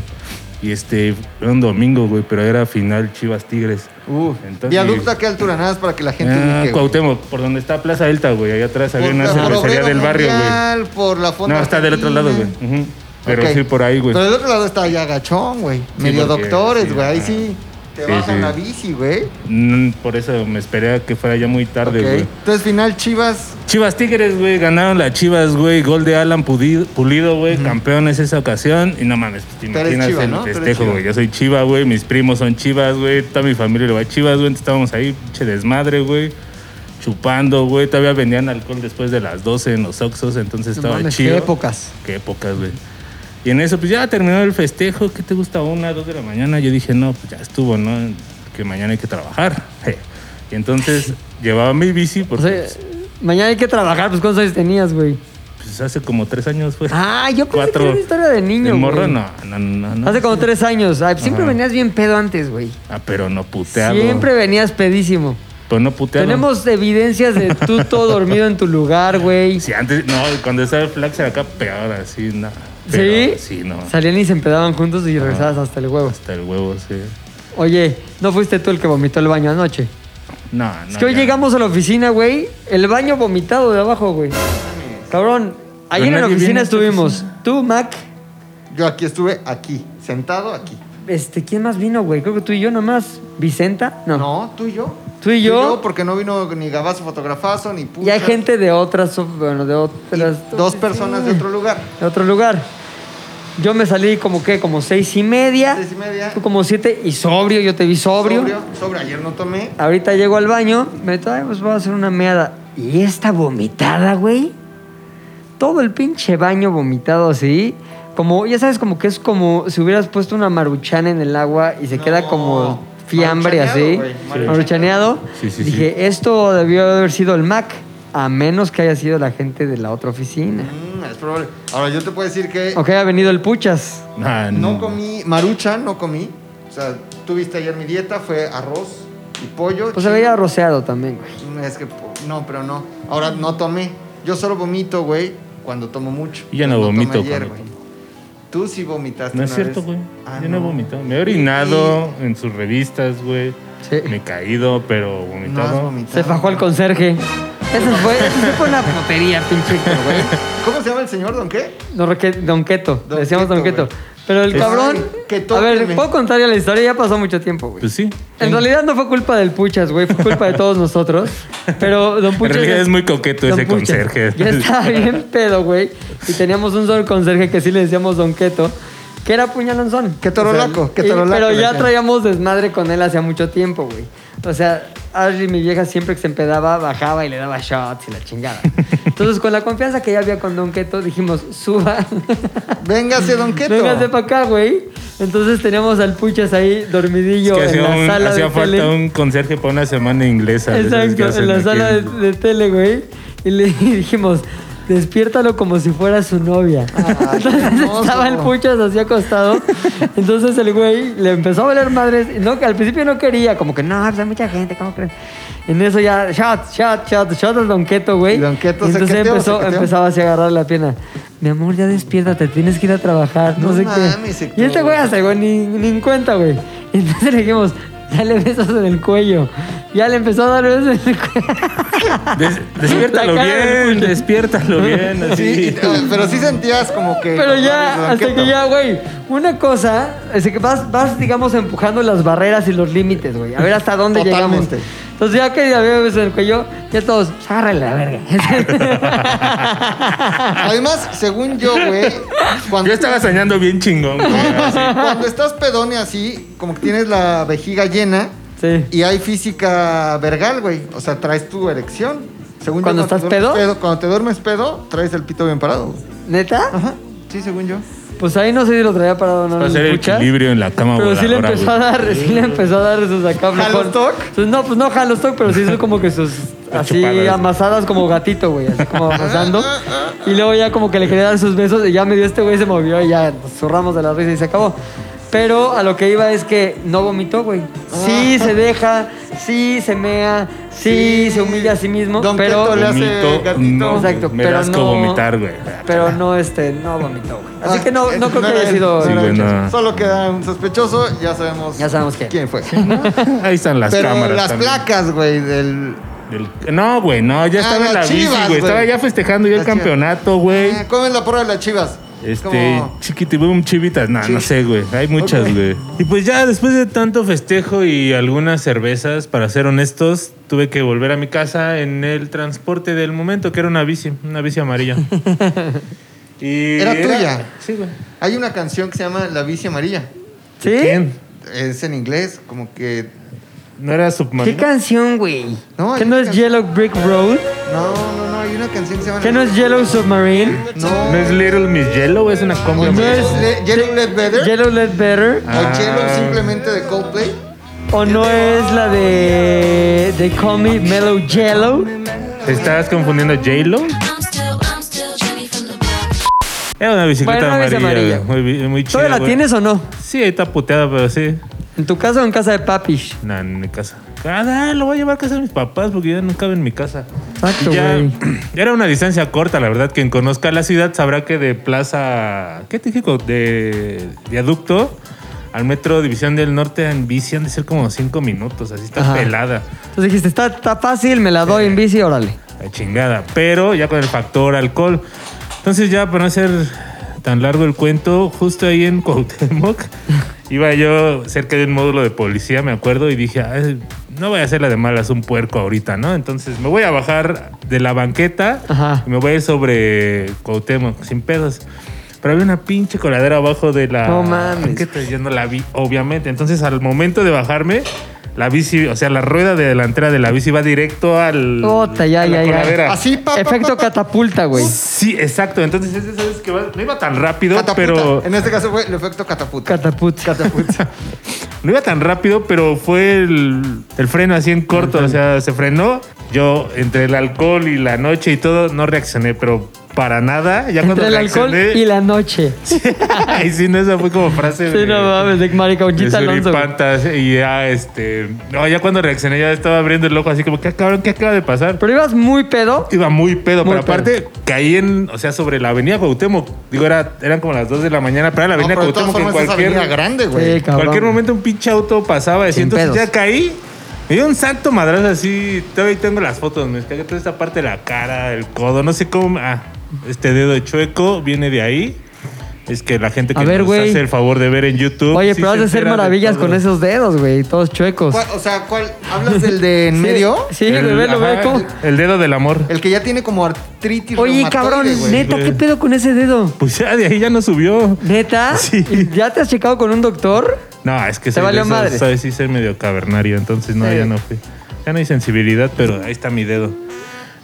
B: Y este, era un domingo, güey, pero era final Chivas Tigres.
C: Uh,
B: Entonces-
C: viaducto a qué altura, nada más para que la gente
B: Ah,
C: ubique, güey.
B: Cuauhtémoc, por donde está Plaza Delta, güey. Allá atrás había
C: Por
B: una
C: la- por
B: cervecería
C: Obrero
B: del barrio, güey.
C: Mundial, Por la fonda
B: No, está del otro lado, güey.
C: Argentina.
B: Ujú. Pero
C: Ok.
B: sí, por ahí, güey.
C: Pero del otro lado está ya gachón, güey. Medio
B: porque-
C: doctores,
B: sí,
C: güey. Ahí
B: ajá.
C: sí te
B: Sí,
C: bajan
B: sí.
C: la bici, güey.
B: Mm, Por eso me esperé a que fuera ya muy tarde,
C: Ok.
B: güey.
C: Entonces, final, Chivas.
B: Chivas Tigres, güey, ganaron las Chivas, güey, gol de Alan Pudi- Pulido, güey, campeones esa ocasión. Y no mames, te
C: Tú eres
B: imaginas
C: chiva,
B: el
C: ¿no? Tú eres
B: festejo,
C: chiva.
B: güey. Yo soy Chiva, güey, mis primos son Chivas, güey, toda mi familia le va a Chivas, güey. Entonces estábamos ahí, pinche desmadre, güey, chupando, güey. Todavía vendían alcohol después de las 12 en los Oxxos, entonces
A: No
B: estaba
A: mames,
B: chido.
A: qué épocas.
B: Qué épocas, güey. Y en eso, pues ya terminó el festejo. ¿Qué te gusta? Una, dos de la mañana. Yo dije, no, pues ya estuvo, ¿no? Que mañana hay que trabajar. Y entonces llevaba mi bici
A: O
B: porque
A: sea,
B: pues,
A: mañana hay que trabajar, pues ¿cuántos años tenías, güey?
B: pues, hace como tres años fue.
A: Ah, yo pensé
B: Pues, Cuatro.
A: que era una historia de niño,
B: De morro,
A: güey.
B: no, no, no, no.
A: Hace como tres años. Ay, pues siempre
B: Ajá.
A: venías bien pedo antes, güey.
B: Ah, pero no puteado.
A: Siempre venías pedísimo.
B: Pero no puteado.
A: Tenemos evidencias de tú todo dormido en tu lugar, güey.
B: Sí, antes, no, cuando estaba el flax era acá peor, así, no.
A: ¿Sí?
B: Pero, Sí, no.
A: Salían y se empedaban juntos y regresabas hasta el huevo.
B: Hasta el huevo, sí.
A: Oye, ¿no fuiste tú el que vomitó el baño anoche?
B: No, no.
A: es que hoy
B: ya.
A: llegamos a la oficina, güey. El baño vomitado de abajo, güey. Cabrón, ayer en la
B: nadie viene
A: oficina
B: a esta
A: estuvimos. Tú, Mac.
C: Yo aquí estuve, aquí. Sentado, aquí.
A: Este, ¿quién más vino, güey? Creo que tú y yo nomás. ¿Vicenta? No.
C: No, tú y yo.
A: ¿Tú y yo?
C: porque no vino ni Gabazo Fotografazo, ni
A: y
C: Puchas,
A: hay gente de otras, bueno, de
C: y
A: otras.
C: Dos personas de otro lugar.
A: de otro lugar. Yo me salí como que, como seis y media.
C: Seis y media.
A: Tú como siete y sobrio, yo te vi sobrio.
C: Sobre, ayer no tomé.
A: Ahorita llego al baño, me meto, "Ay, pues voy a hacer una meada. Y esta vomitada, güey. Todo el pinche baño vomitado así. Como, ya sabes, como que es como si hubieras puesto una maruchana en el agua y se
C: No.
A: queda como fiambre
C: Maruchaneado,
A: así.
C: güey, maruchaneado.
A: Maruchaneado.
B: Sí, sí, sí.
A: Dije, esto debió haber sido el Mac, a menos que haya sido la gente de la otra oficina.
C: Mm, es probable. Ahora, yo te puedo decir que
A: O que haya venido el Puchas.
B: Ah, no.
C: no comí marucha, no comí. O sea, tuviste ayer mi dieta, fue arroz y pollo.
A: Pues se
C: chile.
A: veía roceado también, güey.
C: Mm, Es que, po- no, pero no. Ahora no tomé. Yo solo vomito, güey, cuando tomo mucho.
B: Y yo no
C: Pues tomé
B: vomito
C: ayer,
B: cuando
C: güey. Tú sí vomitaste.
B: No es
C: una
B: cierto,
C: vez.
B: güey.
C: Ah,
B: Yo no he vomitado. Me he orinado en sus revistas, güey.
A: Sí.
B: Me he caído, pero
C: Y No has
B: vomitado.
C: vomitado.
A: Se fajó al conserje. Eso fue, eso fue una putería, pinche Héctor, güey.
C: ¿Cómo se llama el señor, don qué?
A: Don Roque- Don Keto,
C: Don
A: le decíamos Don
C: Keto,
A: Keto. Pero el
B: Es-
A: cabrón.
C: Que
A: a ver,
C: tóquenme.
A: puedo contar ya la historia, ya pasó mucho tiempo, güey.
B: Pues sí.
A: En realidad no fue culpa del Puchas, güey, fue culpa de todos nosotros. Pero Don Puchas.
B: realidad es muy coqueto
A: Don
B: ese conserje.
A: Ya estaba bien pedo, güey. Y teníamos un solo conserje que sí le decíamos Don Keto, que era puñalonzón.
C: Qué torolaco, qué
A: Y-
C: torolaco,
A: Pero
C: le
A: ya
C: decían.
A: traíamos desmadre con él hacía mucho tiempo, güey. O sea, Ashley, mi vieja, siempre que se empedaba, bajaba y le daba shots y la chingada. Entonces, con la confianza que ya había con Don Keto, dijimos, suba.
C: Véngase, Don Keto.
A: Véngase para acá, güey. Entonces teníamos al Puchas ahí
B: Es
A: dormidillo
B: que
A: en
B: hacía,
A: la
B: un-
A: sala
B: hacía
A: de
B: falta
A: tele.
B: un conserje para una semana inglesa. de esas que
A: Exacto,
B: hacen
A: en la
B: aquí
A: sala de,
B: en-
A: de tele, güey. Y le dijimos, despiértalo como si fuera su novia.
C: Ay, Ah, qué
A: Entonces
C: hermoso.
A: estaba el puchas así acostado. Entonces el güey le empezó a valer madres. y No, que al principio no quería, como que no, pues hay mucha gente, ¿cómo crees? En eso ya, shot, shot, shot, shot al donqueto, güey.
C: ¿Y Don Keto
A: Y entonces
C: sequeteó,
A: empezó,
C: sequeteó?
A: empezaba así a agarrar la pierna. Mi amor, ya despiértate, tienes que ir a trabajar, no,
C: No
A: sé
C: mames,
A: qué. Y
C: Héctor.
A: este güey hasta, güey, ni, ni en cuenta, güey. Y entonces le dijimos, dale besos en el cuello. Ya le empezó a dar besos en el cuello.
B: Des- despiértalo
A: La cara del
B: bien,
A: Puchas.
B: despiértalo bien.
C: Sí,
B: Así.
C: y- pero sí sentías como que.
A: Pero
C: Don
A: ya, hasta
C: Keto.
A: que ya, güey. Una cosa, es que vas, vas, digamos, empujando las barreras y los límites, güey. A ver hasta dónde
C: Totalmente.
A: llegamos. Entonces ya que ya había besos en el cuello, ya todos, "Pues, agárrale la verga.
C: Además, según yo, güey. Cuando,
B: Yo estaba soñando bien chingón, güey. así.
C: cuando estás pedón y así, como que tienes la vejiga llena.
A: sí.
C: Y hay física vergal, güey. O sea, traes tu erección. Según yo,
A: ¿Cuando
C: te
A: estás
C: duermes
A: pedo?
C: Cuando te duermes pedo, traes el pito bien parado. güey.
A: ¿Neta?
C: Ajá. Sí, según yo.
A: Pues ahí no sé si lo traía parado o no.
B: Va a
A: ¿me
B: ser el
A: escuchas?
B: equilibrio en la cama
A: Pero sí le
B: voladora,
A: empezó a
B: güey.
A: dar, sí le empezó a dar sus acá mejor.
C: ¿Halostock?
A: Sus- no, pues no halostock, pero sí son como que sus
B: Las
A: así
B: chupadas.
A: amasadas como gatito, güey, así como amasando. Y luego ya como que le quería dar sus besos y ya me dio este güey, se movió y ya nos zurramos de la risa y se acabó. Pero a lo que iba es que no vomitó, güey.
C: Ah.
A: Sí se deja, sí se mea, sí, se humilla a sí mismo,
C: Don
A: pero
C: Keto le hace
B: Vomito,
C: gatito.
B: no,
A: Exacto,
B: me
A: pero
B: das
A: no-
B: como vomitar, güey.
A: pero no este, no vomitó, güey. Así
C: Ah,
A: que no,
C: es-
A: no creo que
C: era
A: haya
C: él.
A: sido
B: Sí,
C: No era
B: güey,
C: él.
B: no.
C: Solo queda un sospechoso, ya sabemos.
A: Ya sabemos quién.
C: fue.
B: Ahí están las
C: Pero
B: cámaras.
C: las
B: también.
C: placas, güey, del.
B: Del- No, güey, no, ya
C: Ah,
B: estaba en la
C: las
B: bici,
C: Chivas,
B: güey. Estaba
C: güey.
B: ya festejando ya el
C: Las Chivas.
B: campeonato, güey.
C: Ah, ¿Cómo es la porra de las chivas? Es
B: Este,
C: como-
B: chiquitibum, chivitas, no, no
C: Sí.
B: sé, güey. Hay muchas,
C: Ok.
B: güey. Y pues ya después de tanto festejo y algunas cervezas, para ser honestos, tuve que volver a mi casa en el transporte del momento, que era una bici, una bici amarilla. Y
C: ¿Era tuya?
B: Sí, güey.
C: Hay una canción que se llama La bici amarilla.
A: ¿Sí?
B: ¿Quién?
C: Es en inglés, como que.
B: ¿No era
A: ¿Qué
B: Submarina?
A: canción, güey?
C: No,
A: ¿Que no es
C: canción.
A: Yellow Brick Road?
C: No, no, no, hay una canción que se llama.
A: ¿Que no es Yellow Submarine?
C: No.
B: ¿No es Little Miss Yellow? Es una combi.
C: ¿O no
B: amarilla.
C: es Le- Yellow Let Better?
A: Yellow Let Better.
B: Ah.
C: ¿O Yellow simplemente de Coldplay?
A: ¿O no es la de They Call Me Mellow Yellow?
B: ¿Te ¿Estás confundiendo J-Lo?
D: I'm still, I'm still Jenny from the block.
B: Era una bicicleta
A: Bueno, una bici
B: amarilla,
A: amarilla.
B: güey, Muy, bi- muy chida.
A: ¿Todavía la
B: güey.
A: tienes o no?
B: Sí, ahí está puteada, pero sí.
A: ¿En tu casa o en casa de papi?
B: Nah, en mi casa. Ah, nah, lo voy a llevar a casa de mis papás porque ya no cabe en mi casa.
A: Exacto,
B: Y ya-
A: güey.
B: Era una distancia corta, la verdad. Quien conozca la ciudad sabrá que de plaza. ¿Qué te dije? De viaducto al metro División del Norte en bici han de ser como cinco minutos. Así está
A: Ajá.
B: pelada.
A: Entonces dijiste, está, está fácil, me la doy en bici, órale.
B: La chingada. Pero ya con el factor alcohol. Entonces ya para no hacer tan largo el cuento, justo ahí en Cuauhtémoc iba yo cerca de un módulo de policía, me acuerdo, y dije, "Ay, no voy a hacer la de malas un puerco ahorita, ¿no? Entonces me voy a bajar de la banqueta
A: Ajá.
B: y me voy a ir sobre Cuauhtémoc sin pedos. Pero había una pinche coladera abajo de la
A: No mames.
B: banqueta y yo no la vi, obviamente. Entonces al momento de bajarme, la bici, o sea, la rueda de delantera de la bici va directo al
A: Ota, ya,
B: a
A: ya,
B: la
A: ya.
B: coladera.
C: Así, pa, pa,
A: Efecto
C: pa, pa.
A: catapulta, güey.
B: Sí, exacto. Entonces, es de esas que va- no iba tan rápido,
C: Cataputa.
B: pero.
C: En este caso fue el efecto cataputa.
A: Catapulta.
C: Catapulta.
B: No iba tan rápido, pero fue el, el freno así en corto. O sea, se frenó. Yo, entre el alcohol y la noche y todo, no reaccioné, pero para nada. Ya cuando
A: Entre el alcohol
B: reaccioné.
A: y la noche.
B: Ay, sí, no, esa fue como frase
A: Sí,
B: de-
A: no mames, de
B: de
A: Mariconchita Alonso. güey.
B: Suripantas. Y ya, este. No, ya cuando reaccioné, ya estaba abriendo el ojo así como, ¿qué cabrón? ¿Qué acaba de pasar?
A: Pero ibas muy pedo.
B: Iba muy pedo,
A: Muy
B: pero aparte caí en, o sea, sobre la avenida Cuauhtémoc. Digo, era, eran como las 2 de la mañana, pero era la
C: No,
B: avenida
C: pero de todas
B: Cuauhtémoc en
C: formas es
B: cualquier,
C: avenida grande, güey.
A: Sí, cabrón.
B: cualquier momento un pinche auto pasaba. Y
A: Sin
B: entonces
A: pedos.
B: ya caí, me dio un santo madrazo así. Todavía tengo las fotos, me cagué toda esta parte de la cara, el codo, no sé cómo. Ah, este dedo chueco viene de ahí. Es que la gente que
A: A ver,
B: nos
A: güey.
B: hace el favor de ver en YouTube.
A: Oye,
B: sí
A: pero has
B: se
A: de hacer
B: entera de
A: maravillas
B: todo.
A: con esos dedos, güey, todos chuecos.
C: ¿Cuál- o sea, ¿cuál? ¿Hablas del de en
A: Sí,
C: medio?
A: Sí, güey,
B: El-
A: velo, güey,
B: ajá,
A: cómo-
B: El dedo del amor.
C: El que ya tiene como artritis
A: Oye,
C: reumatoide,
A: cabrón,
C: güey.
A: neta, ¿qué
B: güey.
A: pedo con ese dedo?
B: Pues ya de ahí ya no subió.
A: ¿Neta?
B: Sí.
A: ¿Y ¿Ya te has checado con un doctor?
B: No, es que
A: Te
B: soy de
A: valió
B: esos,
A: madre.
B: ¿sabes? Sí, soy medio cavernario, entonces no,
A: Sí.
B: ya no fui. Ya no hay sensibilidad, pero ahí está mi dedo.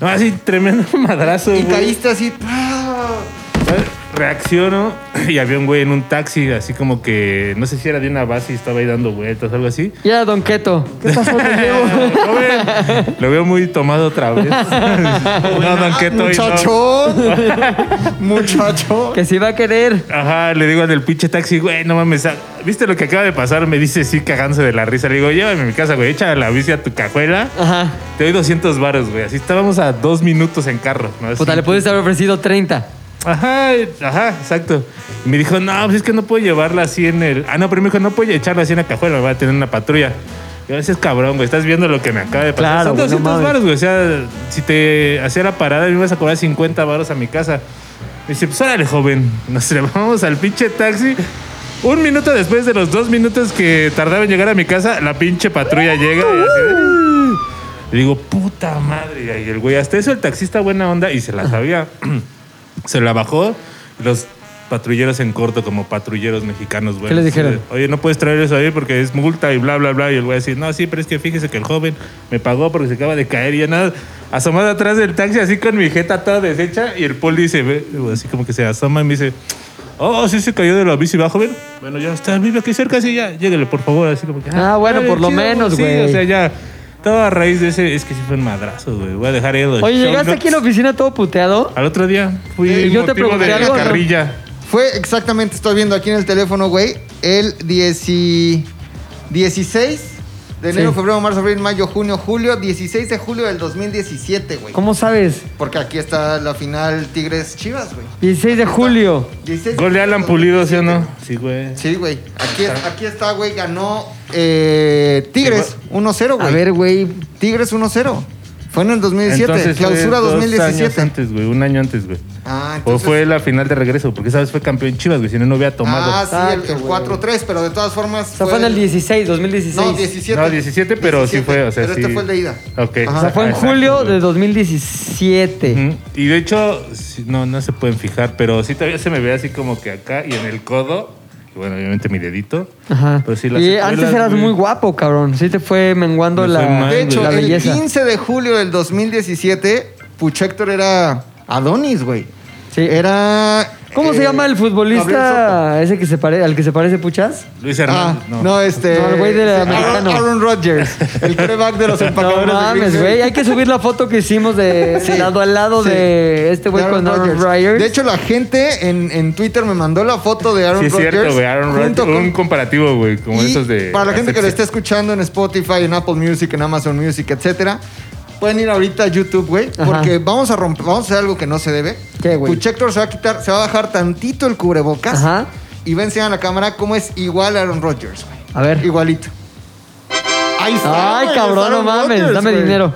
B: No, así tremendo madrazo,
C: Y
B: güey.
C: caíste así. ¡ah! ¡pah!
B: ¿Sabes? Reacciono y había un güey en un taxi, así como que no sé si era de una base y estaba ahí dando vueltas o algo así.
A: Y era Don Keto. ¿Qué pasó, Don Diego?
B: Joven, lo veo muy tomado otra vez. no, don Keto, hoy no.
C: ah, Muchacho. Muchacho.
A: que si va a querer.
B: Ajá, le digo al del pinche taxi, güey, no mames. ah, ¿Viste lo que acaba de pasar? Me dice sí, cagándose de la risa. Le digo, llévame a mi casa, güey, echa la bici a tu cajuela.
A: Ajá.
B: Te doy 200 varos, güey. Así estábamos a dos minutos en carro. ¿no? Así.
A: Puta, le pudiste haber ofrecido 30.
B: Ajá, ajá, exacto. Y me dijo, no, pues es que no puedo llevarla así en el... Ah, no, pero me dijo, no puedo echarla así en la cajuela, me va a tener una patrulla. Y a veces, cabrón, güey, estás viendo lo que me acaba de pasar.
A: Claro,
B: Son
A: güey, no
B: 200
A: mames.
B: varos, güey. O sea, si te hacía la parada, me ibas a cobrar 50 varos a mi casa. Me dice, pues órale, joven. Nos llevamos al pinche taxi. Un minuto después de los dos minutos que tardaba en llegar a mi casa, la pinche patrulla llega y así... Le digo, puta madre. Y el güey, hasta eso el taxista buena onda y se la sabía. se la bajó. Los patrulleros en corto, como patrulleros mexicanos, güey.
A: ¿Qué les dijeron?
B: Oye, no puedes traer eso ahí porque es multa y bla, bla, bla. Y el güey así, no, sí, pero es que fíjese que el joven me pagó porque se acaba de caer y ya nada. Asomado atrás del taxi, así con mi jeta toda deshecha. Y el poli se ve, así como que se asoma y me dice, oh, sí se cayó de la bici, va, joven. Bueno, ya está, vive aquí cerca, sí, ya, lléguele, por favor. Así como que,
A: Ah, bueno, por lo menos,
B: sí,
A: güey.
B: o sea, ya. Todo a raíz de ese. Es que sí fue un madrazo, güey. Voy a dejar ahí los
A: Oye,
B: show
A: llegaste
B: notes.
A: aquí a la oficina todo puteado.
B: Al otro día fui
A: Eh, yo te
B: motivo
A: pregunté
B: de
A: algo, ¿no?
B: carrilla.
C: Fue exactamente, estoy viendo aquí en el teléfono, güey, el 10 16 de enero,
A: Sí.
C: febrero, marzo, abril, mayo, junio, julio, 16 de julio del 2017, güey.
A: ¿Cómo sabes?
C: Porque aquí está la final Tigres Chivas, güey.
A: 16 de julio.
C: 16
B: Gol de Alan Pulido, ¿sí o no? Sí, güey.
C: Sí, güey. Aquí, aquí está, güey, ganó eh, Tigres 1-0, güey.
A: A ver, güey.
C: Tigres 1-0. Fue en el 2017,
B: Entonces, fue
C: clausura
B: dos
C: 2017.
B: años antes, güey. Un año antes, güey.
C: Ah,
B: O
C: entonces-
B: fue la final de regreso, porque sabes, fue campeón Chivas, güey. Si no, no hubiera tomado.
C: Ah, sí, el-
A: Exacto,
C: el,
A: güey.
C: 4-3, pero de todas formas.
A: O sea, fue en el 16, 2016.
C: No, 17.
B: No, 17, pero sí fue, o sea,
C: Pero
B: sí.
C: este fue el de ida.
B: Ok.
A: O sea, fue en
B: Exacto,
A: julio
B: güey.
A: de 2017.
B: Ujú. Y de hecho, sí, no, no se pueden fijar, pero sí todavía se me ve así como que acá y en el codo. Y bueno, obviamente mi dedito.
A: Ajá.
B: Pero Pues sí, las
A: y
B: secuelas,
A: antes eras
B: güey.
A: muy guapo, cabrón. Sí te fue menguando
B: Me
A: la,
B: fue mal,
C: De hecho,
A: la
C: el
A: belleza.
C: 15 de julio del 2017, Puchector era Adonis, güey.
A: Sí.
C: Era.
A: ¿Cómo se
C: eh,
A: llama el
C: Gabriel
A: futbolista ese que se pare, al que se parece Puchas?
B: Luis
C: Soto. Ah,
B: Hernández.
C: no,
B: no.
C: este.
A: No, el güey del
C: sí, Aaron,
A: americano.
C: Aaron Rodgers, el coreback de los
A: No
C: empacadores. de
A: mames,
C: Green
A: güey.
C: Bay.
A: Hay que subir la foto que hicimos de
C: Sí,
A: lado al lado
C: sí.
A: de este güey
C: De
A: con Aaron Rodgers.
C: De hecho, la gente en, en Twitter me mandó la foto de Aaron
B: Sí, es
C: Rodgers.
B: cierto, güey. Aaron
C: junto
B: Rodgers.
C: con-
B: Un comparativo, güey, como
C: Y
B: esos de.
C: Para la gente que lo
B: le
C: esté escuchando en Spotify, en Apple Music, en Amazon Music, etcétera, pueden ir ahorita a YouTube, güey,
A: Ajá.
C: porque vamos a romper, vamos a hacer algo que no se debe.
A: ¿Qué, güey?
C: Puchector se va a quitar, se va a bajar tantito el cubrebocas
A: Ajá.
C: y va a enseñar a la cámara cómo es igual Aaron Rodgers, güey.
A: A ver.
C: Igualito. Ahí está.
A: Ay,
C: güey, es
A: cabrón, no
C: Aaron
A: mames.
C: Rodgers,
A: dame
C: güey.
A: dinero.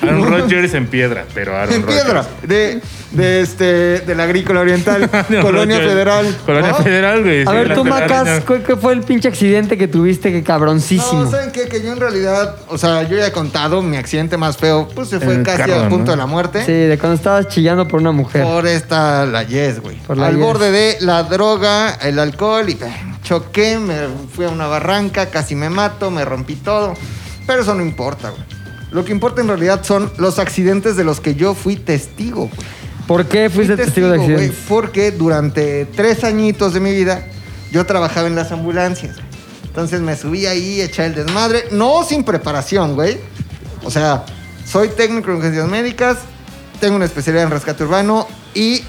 B: Aaron Rodgers en piedra, pero Aaron
C: En
B: Rodgers.
C: piedra, de, de este, de la agrícola oriental,
B: Aaron
C: Colonia
B: Rodgers.
C: Federal.
B: Colonia
C: ¿no?
B: Federal, güey.
A: A
B: sí,
A: ver,
B: la
A: tú,
B: Federal,
A: Macas,
B: no.
A: ¿cu- ¿qué fue el pinche accidente que tuviste? Que cabroncísimo.
C: No, ¿saben qué? Que yo en realidad, o sea, yo ya he contado mi accidente más feo, pues se fue
B: el
C: casi
B: carro,
C: al
B: ¿no?
C: punto de la muerte.
A: Sí, de cuando estabas chillando por una mujer.
C: Por esta, la Yes, güey.
A: Por la
C: Al
A: yes.
C: borde de la droga, el alcohol y eh, choqué, me fui a una barranca, casi me mato, me rompí todo. Pero eso no importa, güey. Lo que importa en realidad son los accidentes de los que yo fui testigo, güey.
A: ¿Por qué fuiste testigo, de
C: güey,
A: accidentes?
C: porque durante tres añitos de mi vida yo trabajaba en las ambulancias. güey. Entonces me subí ahí, echaba el desmadre, no sin preparación, güey. O sea, soy técnico en urgencias médicas, tengo una especialidad en rescate urbano y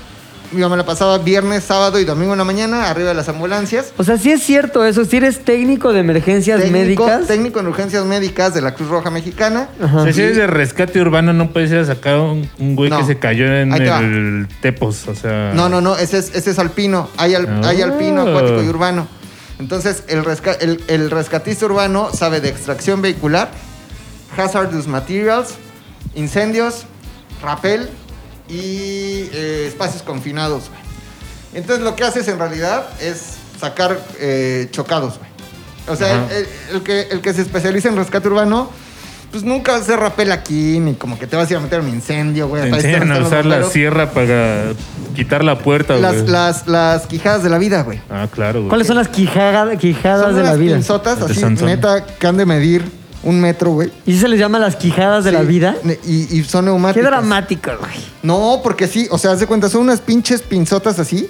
C: yo me la pasaba viernes, sábado y domingo en la mañana arriba de las ambulancias.
A: O sea, sí es cierto eso. Si eres técnico de emergencias
C: Técnico,
A: médicas.
C: técnico en urgencias médicas de la Cruz Roja Mexicana.
A: Ajá.
B: O sea, si
C: Y-
B: eres de rescate urbano, no puedes ir a sacar un, un güey
C: No.
B: que se cayó en
C: Ahí te va.
B: el Tepos. O sea.
C: No, no, no, ese es, ese es alpino. Hay, al-
B: Ah.
C: hay alpino, acuático y urbano. Entonces, el, resca- el- el rescatista urbano sabe de extracción vehicular, hazardous materials, incendios, rapel y eh, espacios confinados. güey. Entonces lo que haces en realidad es sacar eh, chocados, güey. O sea,
B: Ajá.
C: el, el que, el que se especializa en rescate urbano, pues nunca va a hacer rapel aquí, ni como que te vas a ir a meter en un incendio, güey.
B: Te
C: hasta ahí te
B: enseñan a
C: meten los
B: usar la
C: bomberos.
B: sierra para quitar la puerta, güey.
C: las, las, las quijadas de la vida, güey.
B: Ah, claro, güey.
A: ¿Cuáles son las quijaga- quijadas
C: Son
A: de la
C: unas
A: vida?
C: pinzotas
B: De
C: así,
B: Sansón.
C: neta, que han de medir un metro, güey.
A: ¿Y si se les llama las quijadas de
C: Sí,
A: la vida?
C: Y, y son neumáticas.
A: Qué dramático, güey.
C: No, porque sí, o sea, haz de cuenta, son unas pinches pinzotas así,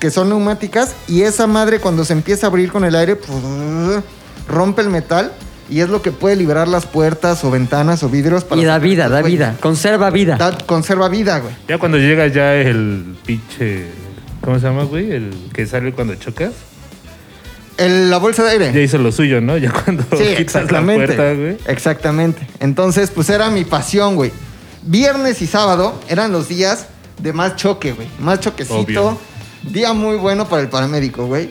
C: que son neumáticas, y esa madre cuando se empieza a abrir con el aire, prrr, rompe el metal, y es lo que puede liberar las puertas o ventanas o vidrios para...
A: Y da
C: sacar
A: vida,
C: estos
A: da
C: güeyes.
A: vida. Conserva vida.
C: Da- conserva vida, güey.
B: Ya cuando llega ya el pinche... ¿Cómo se llama, güey? El que sale cuando chocas.
C: El- la bolsa de aire.
B: Ya hizo lo suyo, ¿no? Ya cuando quitas la puerta, güey.
C: Exactamente. Entonces, pues era mi pasión, güey. Viernes y sábado eran los días de más choque, güey. Más choquecito.
B: Obvio.
C: Día muy bueno para el paramédico, güey.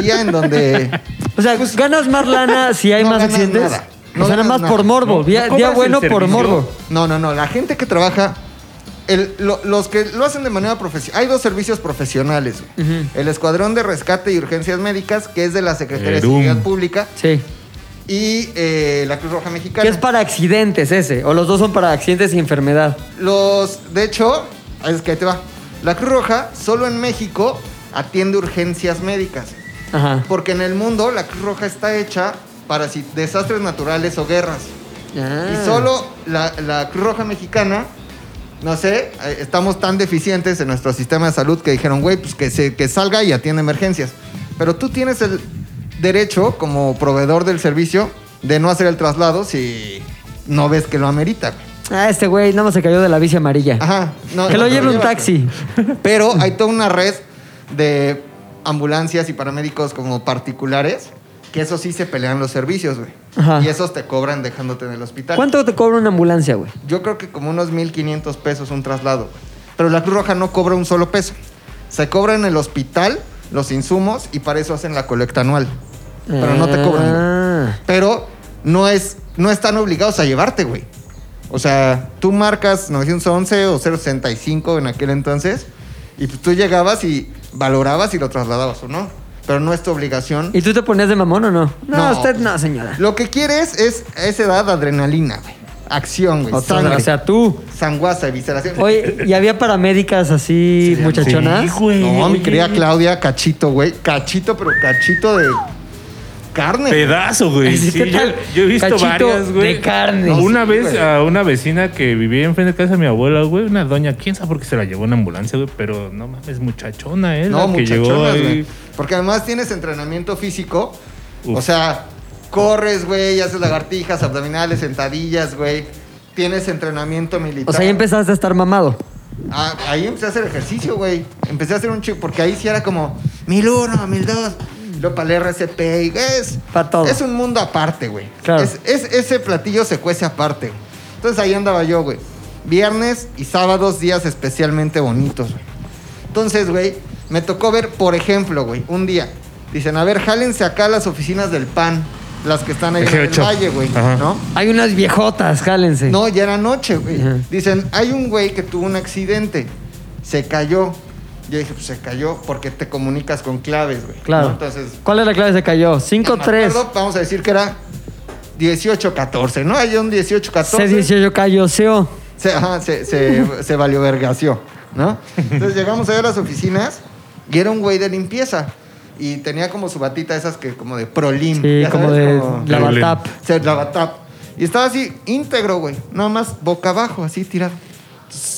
C: Día en donde.
A: O sea,
C: pues,
A: ganas más lana si hay
C: no
A: más
C: ganas
A: accidentes.
C: nada. No
A: o sea, nada
C: ganas
A: más
C: nada.
A: por morbo.
B: No,
A: día
B: no
A: día
B: cobras el
A: bueno por
B: servicio.
A: morbo.
C: Oh, No, no, no. La gente que trabaja. el- lo- los que lo hacen de manera profesional. Hay dos servicios profesionales, güey. El Escuadrón de Rescate y Urgencias Médicas, que es de la Secretaría
B: Erum.
C: de Seguridad Pública,
A: Sí.
C: y eh, la Cruz Roja Mexicana.
A: Que es para accidentes ese. O los dos son para accidentes y enfermedad.
C: Los, de hecho, es que ahí te va. La Cruz Roja solo en México atiende urgencias médicas.
A: Ajá.
C: Porque en el mundo la Cruz Roja está hecha para si- desastres naturales o guerras.
A: Ah.
C: Y solo la, la Cruz Roja mexicana, no sé, eh, estamos tan deficientes en nuestro sistema de salud que dijeron, güey, pues que, se, que salga y atiende emergencias. Pero tú tienes el derecho como proveedor del servicio de no hacer el traslado si no ves que lo amerita. güey.
A: Ah, este güey nada más se cayó de la bici amarilla.
C: Ajá. no,
A: que
C: no,
A: lo
C: pero
A: lleve un
C: llévatelo.
A: taxi.
C: Pero hay toda una red de ambulancias y paramédicos como particulares que eso sí se pelean los servicios, güey.
A: Ajá.
C: Y esos te cobran dejándote en el hospital.
A: ¿Cuánto te cobra una ambulancia, güey?
C: Yo creo que como unos 1.500 pesos un traslado, güey. Pero la Cruz Roja no cobra un solo peso. Se cobra en el hospital los insumos y para eso hacen la colecta anual. Pero no te cobran. güey
A: Ah.
C: pero no es no están obligados a llevarte, güey. O sea, tú marcas 911 o 065 en aquel entonces y pues tú llegabas y valorabas si lo trasladabas o no, pero no es tu obligación.
A: ¿Y tú te ponías de mamón o no? No,
C: No. pues,
A: usted no, señora.
C: Lo que quieres es a esa edad adrenalina, güey. Acción, güey.
A: O sea,
C: Sangre,
A: o sea, tú.
C: sanguaza, visceración.
A: Oye, ¿y había paramédicas así, muchachonas?
B: Sí, güey.
C: no, mi
B: oye.
C: querida Claudia, cachito, güey. Cachito, pero cachito de carne. güey.
B: Pedazo, güey.
A: Así
B: Sí,
A: te
B: yo,
A: tal-
B: yo he visto
A: cachito
B: varias, güey.
A: de carne.
B: No, una
C: Sí,
B: vez
C: güey.
B: a una vecina que vivía enfrente de casa de mi abuela, güey, una doña, quién sabe por qué se la llevó en ambulancia, güey, pero no mames, muchachona, ¿eh?
C: No,
B: la que llegó
C: muchachonas,
B: ahí.
C: güey. Porque además tienes entrenamiento físico.
B: Uf.
C: O sea, corres, güey, haces lagartijas, abdominales, sentadillas, güey. Tienes entrenamiento militar.
A: O sea, ya empezaste a estar mamado.
C: Ah, ahí empecé a hacer ejercicio, güey. Empecé a hacer un chico, porque ahí sí era como 1001, 1002. Lo para el RCP y es.
A: Pa' todo.
C: Es un mundo aparte, güey.
A: Claro.
C: Es, es- ese platillo se cuece aparte. güey. Entonces ahí andaba yo, güey. Viernes y sábados, días especialmente bonitos, güey. Entonces, güey, me tocó ver, por ejemplo, güey, un día. Dicen, a ver, jálense acá a las oficinas del PAN, las que están ahí en
B: Eje
C: el
B: ocho.
C: valle, güey,
B: Ajá.
C: ¿no?
A: Hay unas viejotas, jálense.
C: No, ya era noche, güey.
A: Ajá.
C: Dicen, hay un güey que tuvo un accidente. Se cayó. Yo dije, pues se cayó porque te comunicas con claves, güey.
A: Claro.
C: ¿no? Entonces,
A: ¿Cuál es la clave? Se cayó. 5-3.
C: acuerdo, vamos a decir que era 18-14, ¿no? Hay un 18-14.
A: C18 cayó, CEO.
C: Se, ajá, se, se, se valió vergació, ¿no? Entonces llegamos allá a las oficinas y era un güey de limpieza. Y tenía como su batita esas que como de prolim.
A: Sí,
C: ya
A: como
C: sabes,
A: de
C: como-
A: lavatap.
C: se lava tap. Y estaba así, íntegro, güey. Nada más boca abajo, así tirado.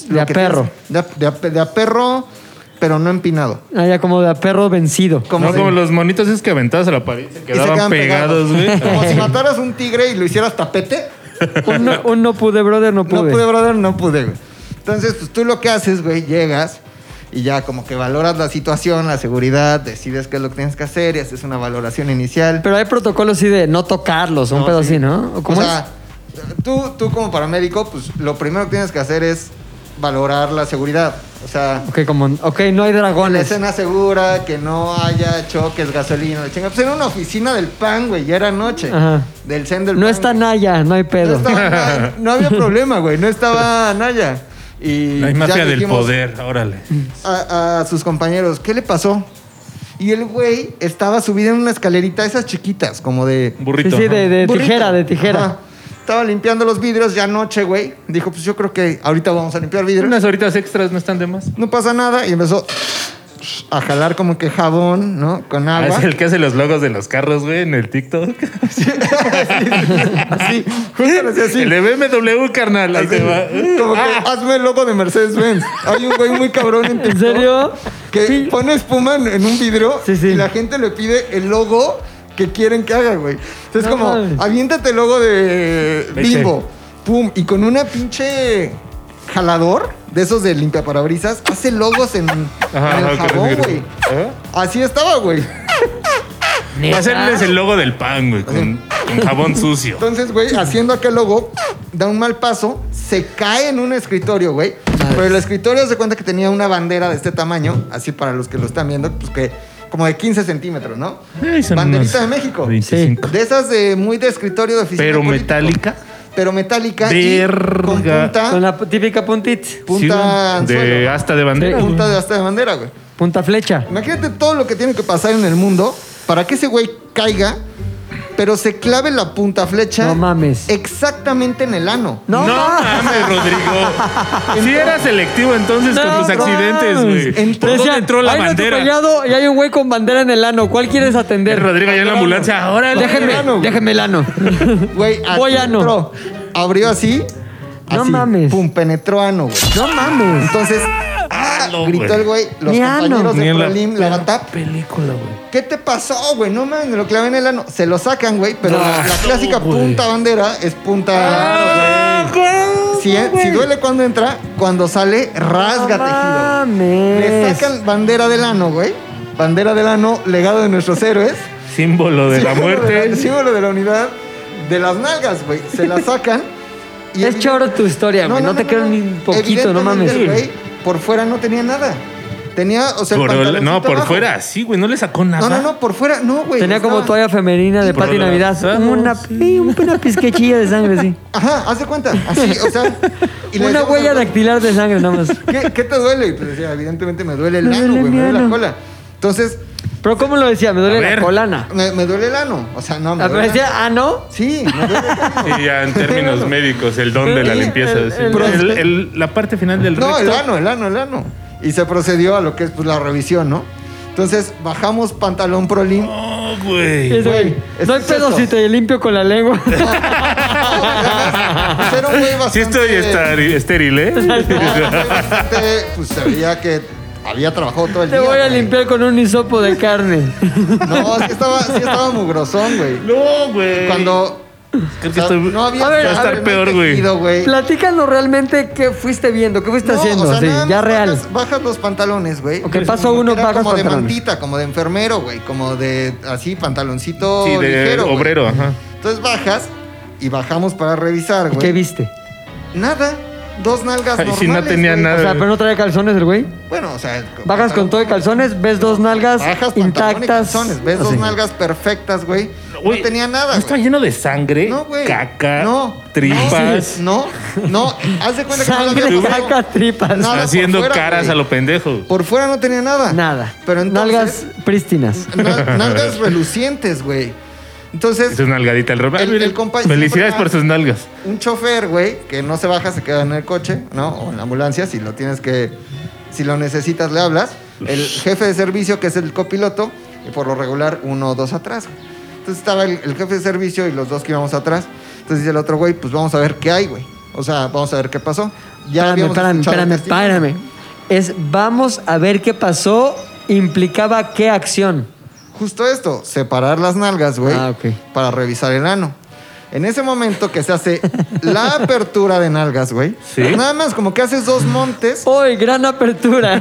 A: De
C: Lo
A: a
C: que
A: perro.
C: tienes, De a, de a pe- de a perro, pero no empinado.
A: Ah, ya como de a perro vencido.
B: no
C: si-
B: como los monitos es que aventabas a la pared y se
C: y se
B: quedaban
C: quedan
B: pegados,
C: Como si
B: güey.
C: mataras un tigre y lo hicieras tapete.
A: Un no, un no pude, brother, no pude.
C: No pude, brother, no pude, güey. Entonces, pues tú lo que haces, güey, llegas y ya como que valoras la situación, la seguridad, decides qué es lo que tienes que hacer y haces una valoración inicial.
A: Pero hay protocolos así de no tocarlos, un
C: No,
A: pedo
C: sí.
A: así, ¿no? ¿O ¿Cómo
C: o sea, tú, tú como paramédico, pues lo primero que tienes que hacer es valorar la seguridad. O sea,
A: es? Ok, como, ok, no hay
C: la
A: dragones.
C: escena segura, que no haya choques, gasolina, la chinga. Pues era una oficina del PAN, güey, ya era noche.
A: Ajá.
C: Del CEN del
A: No
C: PAN,
A: está
C: güey.
A: Naya, no hay
C: No,
A: pedo.
C: estaba Naya, no había problema, güey, no estaba Naya. Y
B: La
C: ya
B: mafia del
C: dijimos
B: poder, órale.
C: A, a sus compañeros, ¿qué le pasó? Y el güey estaba subido en una escalerita, esas chiquitas, como de...
B: Burrito.
A: Sí, sí, de, de
C: Burrito.
A: tijera, de
C: Ajá.
A: tijera.
C: Estaba limpiando los vidrios ya anoche, güey. Dijo, pues yo creo que ahorita vamos a limpiar vidrios.
B: Unas horitas extras no están de más.
C: No pasa nada. Y empezó a jalar como que jabón, ¿no? Con
B: Ah,
C: agua.
B: es el que hace los logos de los carros, güey, en el TikTok.
C: así, justo le hacía así.
B: El de BMW, carnal. Ahí te va. Ah.
C: Como que hazme el logo de Mercedes Benz. Hay un güey muy cabrón en TikTok
A: ¿En serio?
C: que
A: Sí.
C: pone espuma en, en un vidrio
A: Sí, sí.
C: y la gente le pide el logo que quieren que haga, güey.
A: No
C: Entonces como,
A: mames.
C: aviéntate el logo de
B: Leche.
C: Bimbo. Pum, y con una pinche jalador de esos de limpiaparabrisas hace logos en, en el
B: ok,
C: jabón,
B: ok.
C: güey.
B: Ajá.
C: Así estaba, güey.
B: Va a hacerles el logo del pan, güey, con, con jabón sucio.
C: Entonces, güey, haciendo aquel logo, da un mal paso, se cae en un escritorio, güey. Pero el escritorio se cuenta que tenía una bandera de este tamaño, así para los que lo están viendo, pues que como de 15 centímetros, ¿no?
B: Ay, Eh, son
C: Banderita de
B: unos
C: México.
B: 25.
C: De esas de muy de escritorio de oficina.
B: Pero
C: político.
B: metálica.
C: Pero metálica. y con
B: Verga.
C: punta,
A: Con la típica puntita.
C: punta
B: Sí, de
C: anzuelo.
B: hasta de bandera. güey.
C: punta de hasta de bandera, güey.
A: Punta flecha.
C: Imagínate todo lo que tiene que pasar en el mundo para que ese güey caiga, pero se clave la punta flecha.
A: No mames.
C: Exactamente en el ano.
A: No,
B: No,
A: mames.
B: mames, Rodrigo. Si era selectivo entonces
A: No
B: con tus
A: mames.
B: accidentes, güey. ¿Por
A: Decía,
B: dónde entró la
A: "Hay un
B: bandera?
A: atropellado y hay un güey con bandera en el ano. ¿Cuál quieres atender?
B: Rodrigo allá en la ambulancia. Ahora
A: Déjenme, déjenme el ano.
C: Güey, aquí
A: Voy ano.
C: entró, Abrió así.
A: No
C: así,
A: mames.
C: Pum, penetró ano, güey.
A: No mames.
C: Entonces, ah, gritó el güey, los
A: Ni ano.
C: compañeros
B: Ni
C: de
B: en la
C: Prolim, la, Gatap,
B: película, güey.
C: ¿Qué te pasó, güey? No mames, me lo clavé en el ano. Se lo sacan, güey, pero la, la clásica punta bandera es punta.
A: Ah,
C: si, si duele cuando entra, cuando sale, rasga
A: No
C: tejido. güey. Le
A: mames.
C: sacan bandera del ano, güey. Bandera del ano, legado de nuestros héroes.
B: Símbolo de la
C: Símbolo de la-
B: muerte.
C: Símbolo de la unidad. De las nalgas, güey. Se la sacan. y
A: Es
C: evidente-
A: choro tu historia, güey. No, te creo ni un poquito, no mames.
C: Evidentemente el güey, por fuera no tenía nada. Tenía, o sea, el
B: Por-
C: pantaloncito
B: no, por
C: abajo.
B: fuera, sí, güey. No le sacó nada.
C: No, no, no, por fuera, no, güey.
A: Tenía como
C: estaba-
A: toalla femenina de
B: Por
A: Pati
B: lo
A: Navidad.
B: lanzamos,
A: Una,
B: sí.
A: una pizquechilla de sangre, sí.
C: Ajá, haz de cuenta. Así, o sea. y le
A: Una
C: decíamos
A: huella
C: al-
A: dactilar de sangre, nada más.
C: ¿Qué, qué te duele? Y pues decía, evidentemente me duele el
A: Me
C: ano,
A: duele
C: güey,
A: mi
C: me duele la
A: ano.
C: cola. Entonces,
A: Pero ¿cómo lo decía? Me duele
B: A
A: la
B: ver.
A: colana.
C: me, me duele el ano. O sea, no,
A: Ah,
C: me
A: Pero
C: duele. el ano.
A: decía, ah, no.
C: Sí, me duele el ano.
B: Y ya en términos médicos, el don de la limpieza.
A: El-
B: sí.
A: el-
B: El- el- la parte final del
C: No, el
B: recto.
C: ano, el ano, el ano. Y se procedió a lo que es pues, la revisión, ¿no? Entonces, bajamos pantalón prolim.
B: No, güey.
A: Es, güey,
C: es
A: no hay
C: que
A: pedo
C: eso.
A: si te limpio con la lengua.
C: Pues era un güey
B: Sí
C: bastante...
B: estoy estari- estéril, ¿eh?
C: Ah, un güey bastante, Pues se veía que había trabajado todo el
A: Te
C: día.
A: voy a
C: güey.
A: limpiar con un hisopo de carne.
C: No, sí estaba, sí estaba mugrosón, güey.
B: No, güey.
C: Cuando...
B: Creo
C: o
B: que
C: sea,
B: estoy-
C: no había...
A: A ver,
B: va a estar
C: realmente
B: peor, güey.
C: tejido, güey.
A: Platícanos realmente qué fuiste viendo, qué fuiste
C: No,
A: haciendo.
C: o sea,
A: sí,
C: nada más
A: ya real.
C: Bajas, bajas los pantalones, güey.
A: Ok, paso uno,
C: Era
A: bajas
C: Como de
A: pantalones.
C: mantita, como de enfermero, güey. Como de así, pantaloncito
B: Sí, de
C: ligero, güey.
B: obrero, ajá.
C: Entonces bajas y bajamos para revisar,
A: ¿Y qué
C: güey.
A: viste?
C: Nada. Dos nalgas
B: Ay,
C: normales,
B: sí, no tenía
C: güey.
A: O
B: nada.
A: sea, pero no trae calzones el güey.
C: Bueno, o sea...
A: Bajas con todo y calzones, ves dos nalgas
C: Bajas pantalón y
A: intactas.
C: calzones, Ves dos
A: Así.
C: nalgas perfectas, güey. No
B: Güey,
C: tenía nada,
B: ¿no está
C: güey.
B: lleno de sangre,
C: No, güey.
B: caca,
C: No.
B: tripas,
C: No, no. Haz de cuenta que no la había
A: Sangre,
C: tocado.
A: caca, tripas.
C: No. nada por
B: haciendo
C: fuera,
B: caras
C: güey.
B: a lo pendejo.
C: Por fuera no tenía nada.
A: Nada.
C: Pero entonces...
A: Nalgas prístinas.
C: Na- nalgas relucientes, güey. Entonces,
B: Es una nalgadita el Roberto.
C: Pues, El-
B: Ah, mira,
C: el compa-
B: Felicidades
C: siempre-
B: por sus nalgas.
C: un chofer, güey, que no se baja, se queda en el coche, ¿no? O en la ambulancia, si lo tienes que. Si lo necesitas, le hablas. El jefe de servicio, que es el copiloto, y por lo regular, uno o dos atrás. güey. Entonces estaba el, el jefe de servicio y los dos que íbamos atrás. Entonces dice el otro, güey, pues vamos a ver qué hay, güey. O sea, vamos a ver qué pasó. Ya
A: Espérame,
C: habíamos
A: espérame,
C: escuchado
A: espérame,
C: testigos.
A: espérame. Es vamos a ver qué pasó, implicaba qué acción.
C: Justo esto, separar las nalgas, güey,
A: Ah, ok.
C: para revisar el ano. En ese momento que se hace la apertura de nalgas, güey,
B: Sí.
C: nada más como que haces dos montes,
A: Hoy, gran apertura.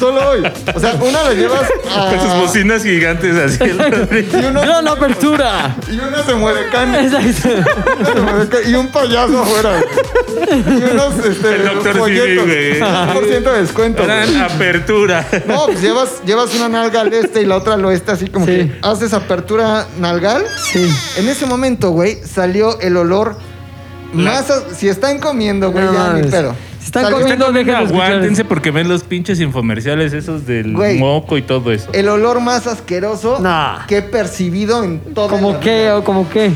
C: solo hoy. O sea, una la llevas
B: Con sus
C: a...
B: bocinas gigantes así.
C: Y una,
A: gran apertura.
C: y una se mueve can,
A: Exacto.
C: una se mueve can- y un payaso afuera. güey. Y unos este,
B: El Dr. Simi,
C: folletos,
B: güey.
C: 100% de descuento. güey.
B: Gran apertura.
C: No, pues llevas, llevas una nalga al este y la otra al oeste, así como
A: Sí.
C: que haces apertura nalgal.
A: Sí.
C: En ese momento, güey, salió el olor Más a- si están comiendo, güey,
A: No
C: ya ni
A: mames.
C: pedo.
A: Si están
C: Salgo-
A: comiendo-
B: Ustedes
A: dejen de escuchar
B: aguántense porque ven los pinches infomerciales esos del
C: Güey.
B: moco y todo eso.
C: El olor más asqueroso
A: Nah.
C: que he percibido en todo
A: ¿Cómo qué? ¿O como qué?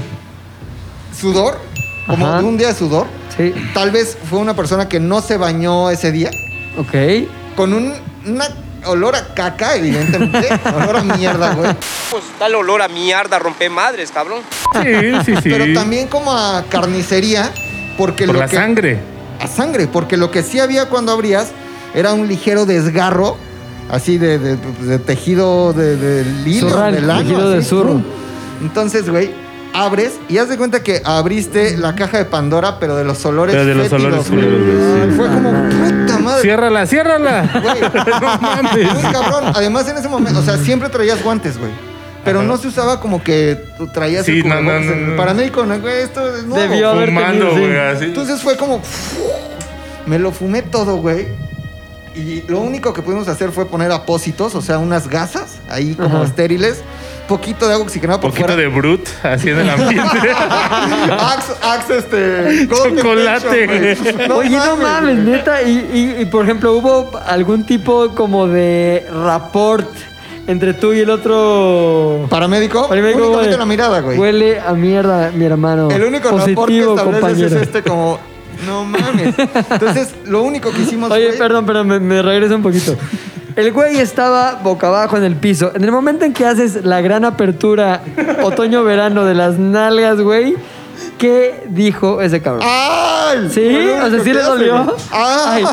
C: Sudor, como
A: Ajá.
C: de un día de sudor.
A: Sí.
C: Tal vez fue una persona que no se bañó ese día,
A: Ok.
C: con un una olor a caca, evidentemente. olor a mierda, güey.
E: Pues tal olor a mierda, rompe madres, cabrón.
B: Sí, sí, sí.
C: Eh, Pero también como a carnicería, porque
B: Por
C: lo
B: la
C: que-
B: sangre.
C: a sangre, porque lo que sí había cuando abrías era un ligero desgarro, así de, de- de tejido de, de hilo,
A: Zurral,
C: del ano,
A: tejido de
C: así,
A: zurro.
C: pum. Entonces, güey, abres y haz de cuenta que abriste la caja de Pandora, pero de los olores
B: Pero de los
C: fétidos,
B: olores
C: güey.
B: culeros, güey, sí.
C: Fue como, puta madre.
B: Ciérrala, ciérrala.
C: Güey,
B: no mames.
C: muy cabrón. Además, en ese momento, o sea, siempre traías guantes, güey. Pero no se usaba como que tú traías
B: Sí,
C: el
B: no, no,
C: cubrebocas,
B: no,
C: el
B: no.
C: paramédico, ¿no? güey, esto es nuevo.
A: Debió haber
B: Fumando,
A: tenido, sí.
B: güey, así.
C: Entonces fue como. Me lo fumé todo, güey. Y lo único que pudimos hacer fue poner apósitos, o sea, unas gasas ahí como
A: Ajá.
C: estériles. Poquito de agua oxigenada por
B: Poquito
C: fuera.
B: de brut, así en el ambiente.
C: Axe, Axe, este. Golden
B: Chocolate,
C: Pension, güey.
A: Oye, no mames,
C: güey.
A: neta. Y, y- y, por ejemplo, ¿hubo algún tipo como de rapport entre tú y el otro?
C: Paramédico.
A: Primero,
C: únicamente
A: güey,
C: la mirada, güey.
A: Huele a mierda, mi hermano.
C: El único rapor que
A: Positivo,
C: estableces
A: compañero.
C: es este como. No mames. Entonces, lo único que hicimos
A: Oye,
C: fue-
A: perdón, pero me, me regreso un poquito. El güey estaba boca abajo en el piso. En el momento en que haces la gran apertura otoño-verano de las nalgas, güey, ¿qué dijo ese cabrón?
C: Ah, ¡Ay!
A: ¿Sí?
C: Fue lo
A: O sea, ¿sí
C: único que
A: le
C: hace,
A: dolió?
C: güey. ¡Ay!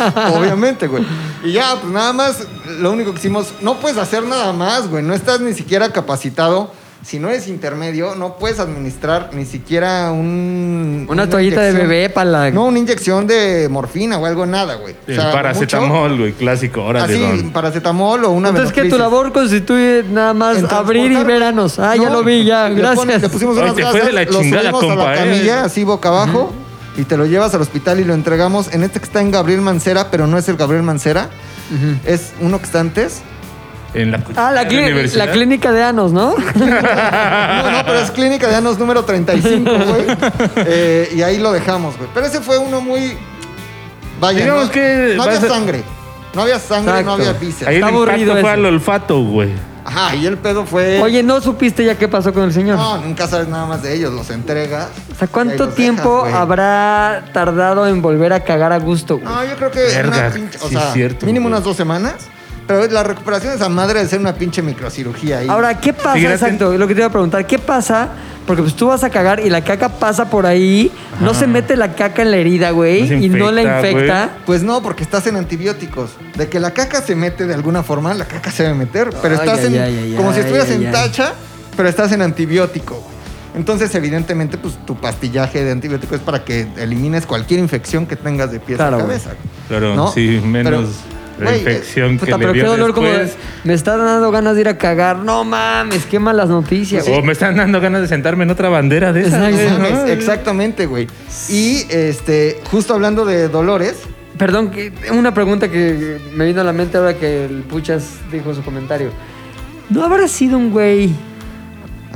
C: Obviamente, güey. Y ya, pues nada más, lo único que hicimos, no puedes hacer nada más, güey. No estás ni siquiera capacitado. Si no eres intermedio, no puedes administrar ni siquiera un...
A: Una toallita de
C: inyección.
A: bebé para la-
C: No, una inyección de morfina o algo, nada, güey. O
B: El
C: sea, mucho-
B: paracetamol, güey, clásico. Órale,
C: Así,
B: don.
C: paracetamol o una
A: Entonces que tu
C: venocrisis.
A: labor constituye nada más
C: En
A: abrir y
C: transportar-
A: ver anos. Ah, ya
C: No,
A: lo vi, ya.
C: le
A: Gracias.
C: ponen- le pusimos
B: Ay,
C: unas
B: te fue
C: gasas,
B: de la
C: lo
B: chingada,
C: subimos a
B: compa,
C: la
B: ¿eh?
C: camilla, así boca abajo, y te lo llevas al hospital y lo entregamos en este que está en Gabriel Mancera, pero no es el Gabriel Mancera. Es uno que está antes.
B: En la,
A: Ah, la, cli-
B: universidad.
A: la clínica de anos, ¿no?
B: Ah.
C: No, no, pero es Clínica de Anos número 35, güey. Eh, y ahí lo dejamos, güey. Pero ese fue uno muy... Vaya,
B: Digamos
C: no,
B: que
C: no había
B: vas a-
C: sangre. No había sangre,
A: Exacto.
C: no había vísceras.
B: Ahí el
A: Está aburrido
B: impacto
A: eso.
B: fue al olfato, güey.
C: Ajá, y el pedo fue...
A: Oye, ¿no supiste ya qué pasó con el señor?
C: No, nunca sabes nada más de ellos, los entregas.
A: O sea,
C: y ahí
A: ¿cuánto
C: los
A: tiempo
C: dejas, güey.
A: habrá tardado en volver a cagar a gusto, güey?
C: No, yo creo que
B: Verga,
C: una pinche, o
B: sí
C: sea,
B: es cierto,
C: mínimo
B: güey.
C: unas dos semanas. Pero la recuperación de esa madre de ser una pinche microcirugía ahí.
A: Ahora, ¿qué pasa?
B: Seguirás en-
A: Exacto, lo que te iba a preguntar. ¿Qué pasa? Porque pues tú vas a cagar y la caca pasa por ahí, no se mete la caca en la herida, güey,
B: No se
A: y no la
B: infecta,
A: infecta.
C: pues no, porque estás en antibióticos. De que la caca se mete de alguna forma, la caca se debe meter. Pero
A: Ay,
C: estás
A: ay,
C: en.
A: ay, ay,
C: como si
A: ay,
C: estuvieras
A: ay,
C: en
A: ay.
C: tacha, pero estás en antibiótico. güey. Entonces, evidentemente, pues tu pastillaje de antibiótico es para que elimines cualquier infección que tengas de pies
A: Claro,
C: a
A: güey.
C: cabeza. güey.
B: Claro,
C: ¿No?
B: sí, menos
C: Pero,
B: la
C: güey, eh,
B: infección
A: Puta,
B: que le
A: pero
B: dio
A: qué dolor como de-
B: después.
A: me está dando ganas de ir a cagar. No mames, qué malas noticias, güey.
B: O Oh, me están dando ganas de sentarme en otra bandera de esas.
A: Exacto.
B: güey,
C: No
B: ¿no?
C: mames, Exactamente, güey. Y este, justo hablando de dolores,
A: Perdón, que- una pregunta que me vino a la mente ahora que el Puchas dijo su comentario. ¿No habrá sido un güey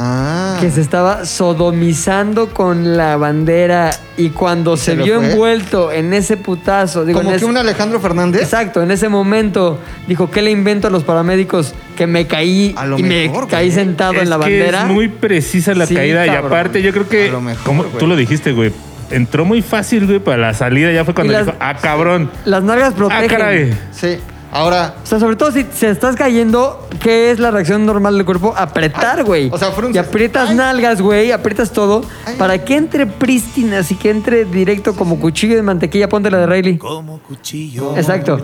C: Ah.
A: que se estaba sodomizando con la bandera y cuando se,
C: se lo
A: vio
C: fue?
A: envuelto en ese putazo, digo,
C: Como
A: en
C: que
A: ese-
C: un Alejandro Fernández.
A: Exacto, en ese momento dijo, ¿qué le invento a los paramédicos? Que me caí
C: A lo
A: y
C: mejor,
A: me caí
C: güey.
A: sentado
B: Es
A: en la
B: que
A: bandera.
B: es muy precisa la
A: Sí,
B: caída y
A: cabrón.
B: aparte yo creo que
C: A lo mejor,
B: como
C: güey.
B: tú lo dijiste, güey, entró muy fácil, güey, para la salida ya fue cuando
A: Y las-
B: dijo, "Ah, cabrón."
A: Las nalgas
B: Ah,
A: protegen.
B: caray.
C: Sí. Ahora.
A: O sea, sobre todo si se estás cayendo, ¿qué es la reacción normal del cuerpo? Apretar,
C: Ay,
A: güey.
C: Ah, o sea, frunces.
A: Y aprietas
C: Ay.
A: nalgas, güey, aprietas todo
C: Ay.
A: para que entre prístinas y que entre directo como cuchillo de mantequilla. Ponte la de Rayleigh.
F: Como cuchillo.
A: Exacto.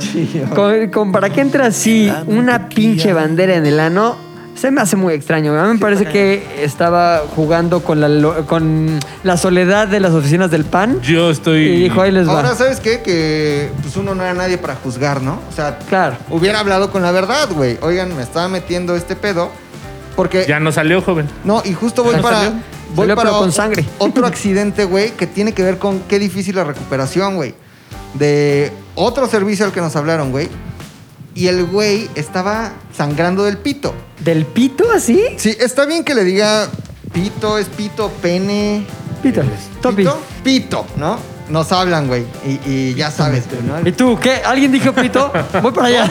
A: Con, con- para que entre así una pinche bandera en el ano, se me hace muy extraño. güey. A mí me parece que estaba jugando con la, lo- con la soledad de las oficinas del PAN
B: Yo
A: y
B: estoy
A: dijo, ahí les
C: Ahora,
A: va.
C: ¿sabes qué? Que pues uno no era nadie para juzgar, ¿no? O sea,
A: Claro.
C: hubiera hablado con la verdad, güey. Oigan, me estaba metiendo este pedo. Porque.
B: ya no salió, joven.
C: No, y justo voy
A: Ya
C: para.
A: salió.
C: Voy
A: Salió,
C: para
A: pero con
C: o-
A: sangre.
C: Otro accidente, güey, que tiene que ver con qué difícil la recuperación, güey. De otro servicio al que nos hablaron, güey. Y el güey estaba sangrando del pito.
A: ¿Del pito así?
C: Sí, está bien que le diga pito, es pito, pene,
A: Pito. Topi.
C: Pito, pito, ¿no? Nos hablan, güey. Y, y ya sabes, güey, ¿no?
A: ¿Y tú qué? ¿Alguien dijo pito? Voy para allá.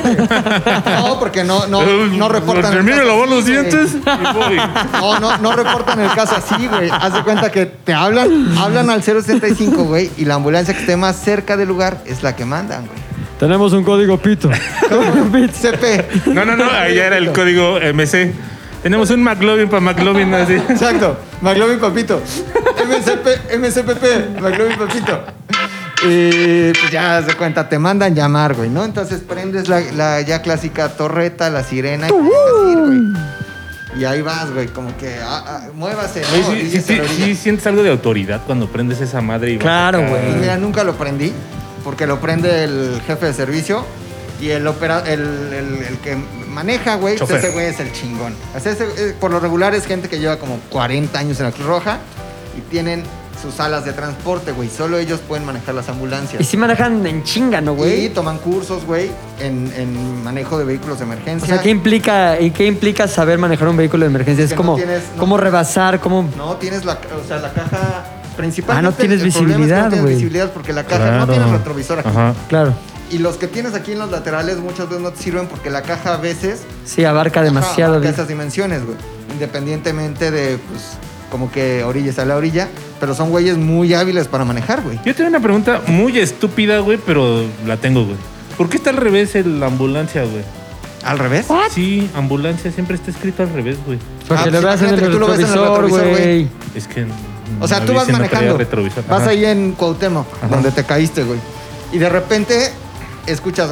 C: No, porque no, no, no reportan. el
B: Termino de
C: caso
B: lavar los
C: así, güey.
B: dientes y voy.
C: No, no, no reportan el caso así, güey. Haz de cuenta que te hablan, hablan al 065, güey, y la ambulancia que esté más cerca del lugar es la que mandan, güey.
A: Tenemos un código pito. Código pito.
C: CP.
B: No, no, no, ahí era el código MC. Tenemos un McLovin para McLovin así.
C: Exacto. McLovin Papito. MCP, MCPP. McLovin Papito. Y pues ya haz de cuenta, te mandan llamar, güey, ¿no? Entonces prendes la, la ya clásica torreta, la sirena. Y, te dejas ir, güey. y ahí vas, güey, como que ah, ah, muévase, ¿no?
B: Oye, sí, sí,
C: Dices,
B: sí,
C: "Pero
B: sí sientes algo de autoridad cuando prendes esa madre y vas
A: Claro,
B: acá.
A: güey.
C: Y Pues, mira, nunca lo prendí, porque lo prende el jefe de servicio y el, opera, el, el- el que maneja, güey, pues
B: Chofer.
C: ese güey es el chingón. O sea, ese- eh, por lo regular es gente que lleva como 40 años en la Cruz Roja y tienen sus alas de transporte, güey. Solo ellos pueden manejar las ambulancias.
A: Y si manejan en chinga, ¿no,
C: Y
A: güey?
C: toman cursos, güey, en, en manejo de vehículos de
A: O
C: emergencia.
A: sea, ¿qué implica, ¿y qué implica saber manejar un vehículo de emergencia? Es
C: Que no
A: como
C: tienes- no-
A: cómo rebasar, cómo...
C: No, tienes la, o sea, la caja principal.
A: Ah, tienes visibilidad,
C: no tienes
A: güey.
C: visibilidad porque la caja
B: Claro.
C: no tiene retrovisor aquí.
B: Ajá.
A: Claro,
C: Y los que tienes aquí en los laterales muchas veces no te sirven porque la caja a veces
A: sí, abarca
C: ajá,
A: demasiado.
C: abarca
A: bien.
C: esas dimensiones, güey. Independientemente de, pues, como que orillas a la orilla. Pero son güeyes muy hábiles para manejar, güey.
B: Yo tengo una pregunta muy estúpida, güey, pero la tengo, güey. ¿Por qué está al revés el- la ambulancia, güey?
C: Al revés.
B: Sí, ambulancia siempre está escrito al revés, güey.
A: Porque
C: Ah,
A: lo
C: pues
A: veas en el
C: imagínate que tú lo ves en el
A: retrovisor,
C: retrovisor,
A: güey.
C: güey.
B: Es que.
C: O sea,
B: la
C: tú vas
B: bici no traía
C: manejando.
B: retrovisor.
C: Vas
B: Ajá.
C: ahí en Cuauhtémoc, donde te caíste, güey. Y de repente escuchas.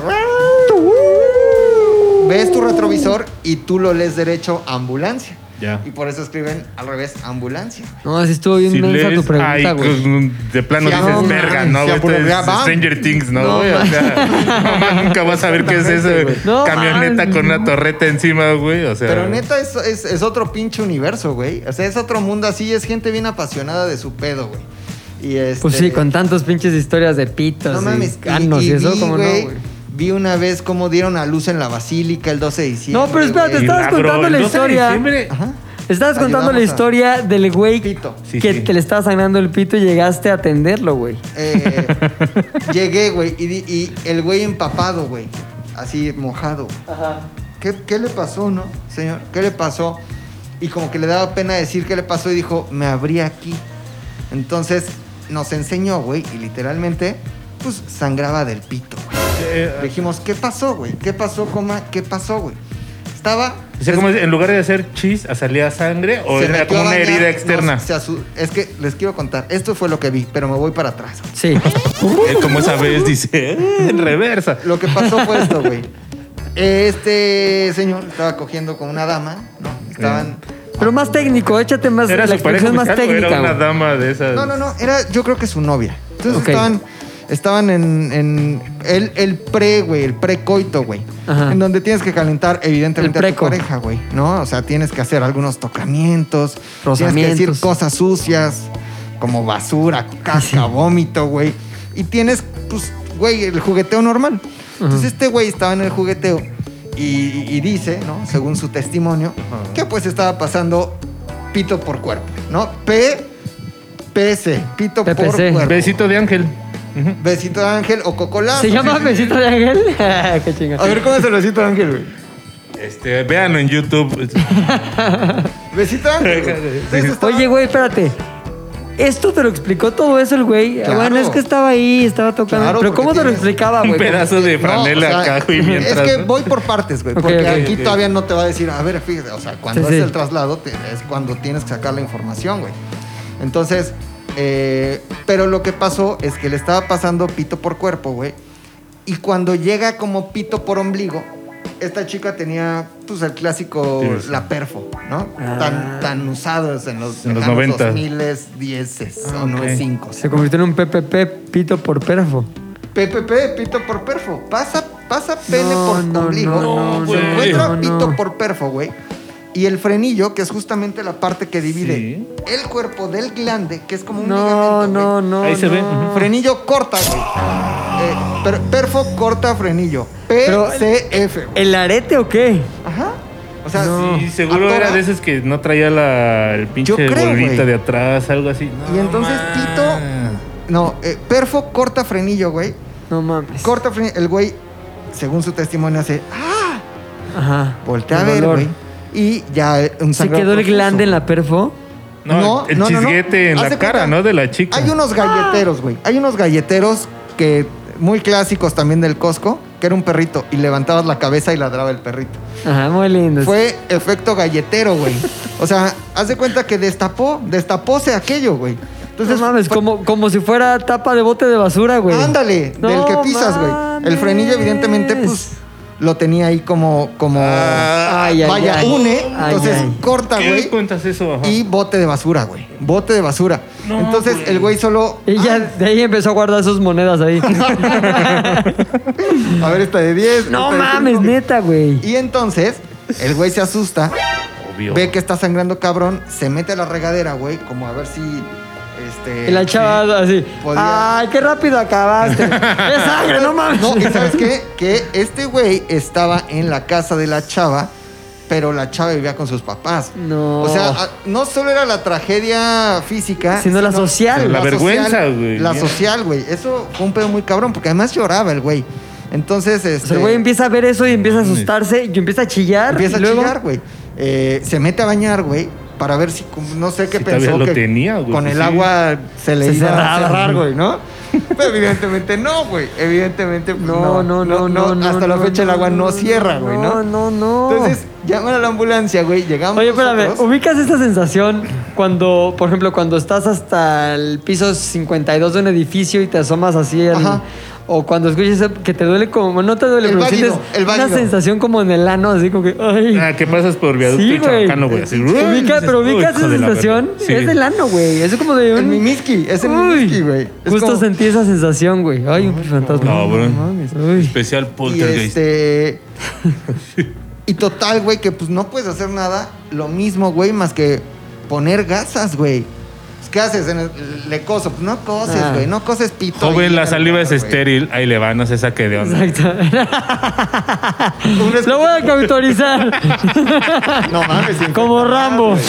C: Ves tu retrovisor y tú lo lees derecho ambulancia.
B: Ya.
C: Y por eso escriben al revés ambulancia.
A: No, sí estuvo bien
B: Si
A: mensa
B: lees,
A: tu pregunta,
B: ay,
A: güey.
B: pues, de plano
C: Sí,
B: dices,
C: no,
B: verga,
C: mames,
B: no,
C: ya
B: güey,
C: puro-
B: esto
C: ya
B: es
C: va.
B: Stranger Things, ¿no,
C: No,
B: güey? o sea, no, mames, nunca vas a ver qué es eso, güey.
A: No,
B: Camioneta
A: mames.
B: con una torreta encima, güey, o sea.
C: Pero neta es, es- es otro pinche universo, güey. O sea, es otro mundo así, es gente bien apasionada de su pedo, güey. Y este,
A: Pues
B: eh,
A: sí, con tantas pinches historias de pitos
C: No mames,
A: y
C: y-
A: canos y,
C: y
A: eso,
C: vi,
A: ¿cómo no,
C: güey,
A: güey?
C: Vi una vez cómo dieron a luz en la basílica el 12 de diciembre.
A: No, pero espérate,
C: güey.
B: Y
A: estabas
B: bro,
A: contando
B: el
A: la
B: 12 de
A: historia.
B: diciembre-
C: Ajá.
A: Estabas contando
C: Ayudamos
A: la
C: a-
A: historia del güey
C: Pito.
B: Sí,
A: que
B: sí.
A: te le estaba sangrando el pito y llegaste a atenderlo, güey.
C: Eh, llegué, güey, y, di- y el güey empapado, güey. Así mojado. ¿Qué, ¿Qué le pasó, no, señor? ¿Qué le pasó? Y como que le daba pena decir qué le pasó y dijo, me abrí aquí. Entonces nos enseñó, güey, y literalmente, pues sangraba del pito, güey.
B: Eh,
C: Le Dijimos, ¿qué pasó, güey? ¿Qué pasó, coma? ¿Qué pasó, güey? Estaba.
B: O sea, como en lugar de hacer chis, salía sangre o
C: se
B: era
C: metió
B: como
C: a
B: una
C: bañar,
B: herida
C: no,
B: externa.
C: se asu- es que les quiero contar, esto fue lo que vi, pero me voy para atrás. güey.
A: Sí.
B: Eh, como esa vez dice, "Eh, en reversa.
C: Lo que pasó fue esto, güey. Este señor estaba cogiendo con una dama, ¿no? Estaban.
A: Pero más técnico, échate más
B: ¿Era
A: la
B: su pareja
A: explicación más
B: oficial o
A: técnica.
B: era una
A: güey.
B: dama de esas?
C: No, no, no, era yo creo que su novia. Entonces
A: Ok.
C: estaban. Estaban en, en el, el pre, güey, el precoito, güey.
A: Ajá.
C: En donde tienes que calentar, evidentemente,
A: El
C: a tu
A: preco.
C: pareja, güey, ¿no? O sea, tienes que hacer algunos tocamientos, tienes que
A: Rozamientos.
C: decir cosas sucias, como basura, caca, vómito, güey. Y tienes, pues, güey, el jugueteo normal. Entonces, este güey estaba en el jugueteo y, y- y dice, ¿no? Según su testimonio,
B: Ajá.
C: que pues estaba pasando pito por cuerpo, ¿no? P. PC, pito por
A: PPC.
C: cuerpo.
B: Besito de ángel. Ujú.
C: Besito de ángel o cocolazo.
A: ¿Se llama
C: Sí, sí, sí.
A: Besito de Ángel? Qué chingada.
C: A ver, ¿cómo es el besito de ángel, güey?
B: Este, véanlo en YouTube.
C: Besito de ángel. güey. Entonces estaba-
A: Oye, güey, espérate. Esto te lo explicó todo eso el güey. Ah,
C: Claro.
A: Bueno, es que estaba ahí, estaba tocando.
C: Claro,
A: pero ¿cómo
C: porque
A: te lo
C: tienes
A: explicaba, güey?
B: Un pedazo de franela
C: No, o sea,
B: acá, güey, mientras.
C: Es que voy por partes, güey.
A: Ok,
C: Porque
A: ok,
C: aquí
B: ok.
C: todavía no te va a decir, a ver, fíjate, o sea, cuando
A: Sí,
C: es
A: sí.
C: el traslado te- es cuando tienes que sacar la información, güey. Entonces, eh, pero lo que pasó es que le estaba pasando pito por cuerpo, güey. Y cuando llega como pito por ombligo, esta chica tenía, pues, el clásico,
B: Sí, sí.
C: la perfo, ¿no?
A: Ah.
C: Tan, tan usados en los,
B: En los
C: lejanos
B: 90.
C: 2000s, 10s
B: Ah,
C: o
B: ok.
C: 95.
A: Se convirtió en un PPP pito por perfo.
C: PPP, pito por perfo. Pasa, pasa pene
A: No,
C: por
A: no,
C: ombligo.
A: no,
B: no,
C: se
B: no,
C: encuentra
A: no,
C: pito
A: no.
C: por perfo, güey. Y el frenillo, que es justamente la parte que divide
B: Sí.
C: el cuerpo del glande, que es como un
A: No,
C: ligamento,
A: no,
C: güey.
A: no.
B: Ahí se
A: no.
B: ve, ujú.
C: Frenillo corta, güey. Eh, per- perfo corta frenillo.
A: Pero-
C: PCF, güey.
A: ¿El arete o qué?
C: Ajá. O sea,
A: No.
B: Y seguro
C: atora.
B: era de esos que no traía la, el pinche
C: Yo creo,
B: bolita
C: güey.
B: de atrás, algo así. No
C: Y entonces
B: mames.
C: Tito- No, eh, Perfo corta frenillo, güey.
A: No mames.
C: Corta frenillo. El güey, según su testimonio, hace. ¡Ah!
A: Ajá.
C: Voltea a
A: El
C: ver,
A: dolor.
C: güey. Y ya eh, un
A: ¿Se
C: sangrado
A: quedó el
C: profuso.
A: glande en la perfo?
B: No, el chisguete en
C: Haz
B: la
C: de
B: cara,
C: cuenta,
B: ¿no? De la chica.
C: Hay unos galleteros, güey. Hay unos galleteros que muy clásicos también del Costco, que era un perrito y levantabas la cabeza y ladraba el perrito.
A: Ajá, muy lindo.
C: Fue efecto galletero, güey. O sea, haz de cuenta que destapó, destapóse aquello, güey.
A: Entonces,
C: Entonces,
A: no mames,
C: fue-
A: como, como si fuera tapa de bote de basura, güey.
C: Ándale, del
A: No
C: que pisas, güey. El frenillo,
A: mames.
C: evidentemente, pues lo tenía ahí como, como
A: Ah, Ay, ay,
C: vaya,
A: ay.
C: une.
A: Ay,
C: entonces
A: ay.
C: corta,
B: ¿Qué
C: güey.
B: cuentas eso? Ajá.
C: Y bote de basura, güey. Bote de basura.
B: No,
C: entonces
B: güey.
C: el güey solo.
A: Y ya de ahí empezó a guardar sus monedas ahí.
C: "Ah, a ver, esta de 10.
A: no
C: esta de
A: mames,
C: cinco".
A: neta, güey.
C: Y entonces el güey se asusta.
B: Obvio.
C: Ve que está sangrando cabrón, se mete a la regadera, güey, como a ver si este
A: Y la chava así.
C: Podía-
A: Ay, qué rápido acabaste. es sangre, no mames.
C: No, y sabes qué? Que este güey estaba en la casa de la chava, pero la chava vivía con sus papás.
A: No.
C: O sea, a- no solo era la tragedia física,
A: Sino la social.
B: La vergüenza,
C: social-
B: güey.
C: La social, güey. Eso fue un pedo muy cabrón, porque además lloraba el güey. Entonces, este.
A: O sea, el güey empieza a ver eso y empieza a asustarse y empieza a chillar.
C: Empieza
A: y
C: a
A: luego-
C: chillar, güey. Eh, se mete a bañar, güey, para ver si, cum- no sé qué
B: Si todavía
C: pensó.
B: lo
C: que
B: tenía, güey,
C: Con
B: pues
C: el
B: sí.
C: agua se le
A: Se
C: iba a
A: cerraba.
C: cerrar, güey, ¿no? Pero evidentemente no, güey. Evidentemente pues,
A: No, no, no, no, no.
C: Hasta la
A: no,
C: fecha el
A: no,
C: agua no cierra, güey, ¿no?
A: No, no, no.
C: Entonces llaman a la ambulancia, güey. Llegamos.
A: Oye, espérame,
C: nosotros.
A: ¿ubicas esa sensación cuando, por ejemplo, cuando estás hasta el piso 52 de un edificio y te asomas así? al-
C: Ajá.
A: o cuando escuchas que te duele como, no te duele,
C: El
A: pero
C: válido,
A: sientes
C: el válido.
A: una sensación como en el ano, así como que, ay.
B: Ah, que pasas por viaducto
A: sí, güey.
B: chabacano, güey. así,
A: Ubica-
B: dices,
A: pero
B: "Uy,
A: ubicas
B: hijo
A: esa
B: de la
A: sensación,
B: verga". Sí.
A: es del ano, güey. Es como de un...
C: El mimiski, es el
A: Uy,
C: mimiski, güey. Es
A: Justo
C: como-
A: sentí esa sensación, güey. Ay, un fantasma.
B: No, bro.
A: Uy.
B: Especial
C: Y
B: poltergeist.
C: este. y total, güey, que pues no puedes hacer nada. Lo mismo, güey, más que poner gasas, güey. Pues, ¿Qué haces? En el- le coso. Pues no coses,
A: Ah.
C: güey. No coses pito.
B: Joven,
C: ahí
B: la
C: en el
B: saliva es
C: lugar, güey.
B: estéril. Ahí le van, no se saque de onda.
A: Exacto.
C: Un
A: Lo voy a capitalizar
C: No mames. sin
A: como
C: contar,
A: Rambo.
C: güey.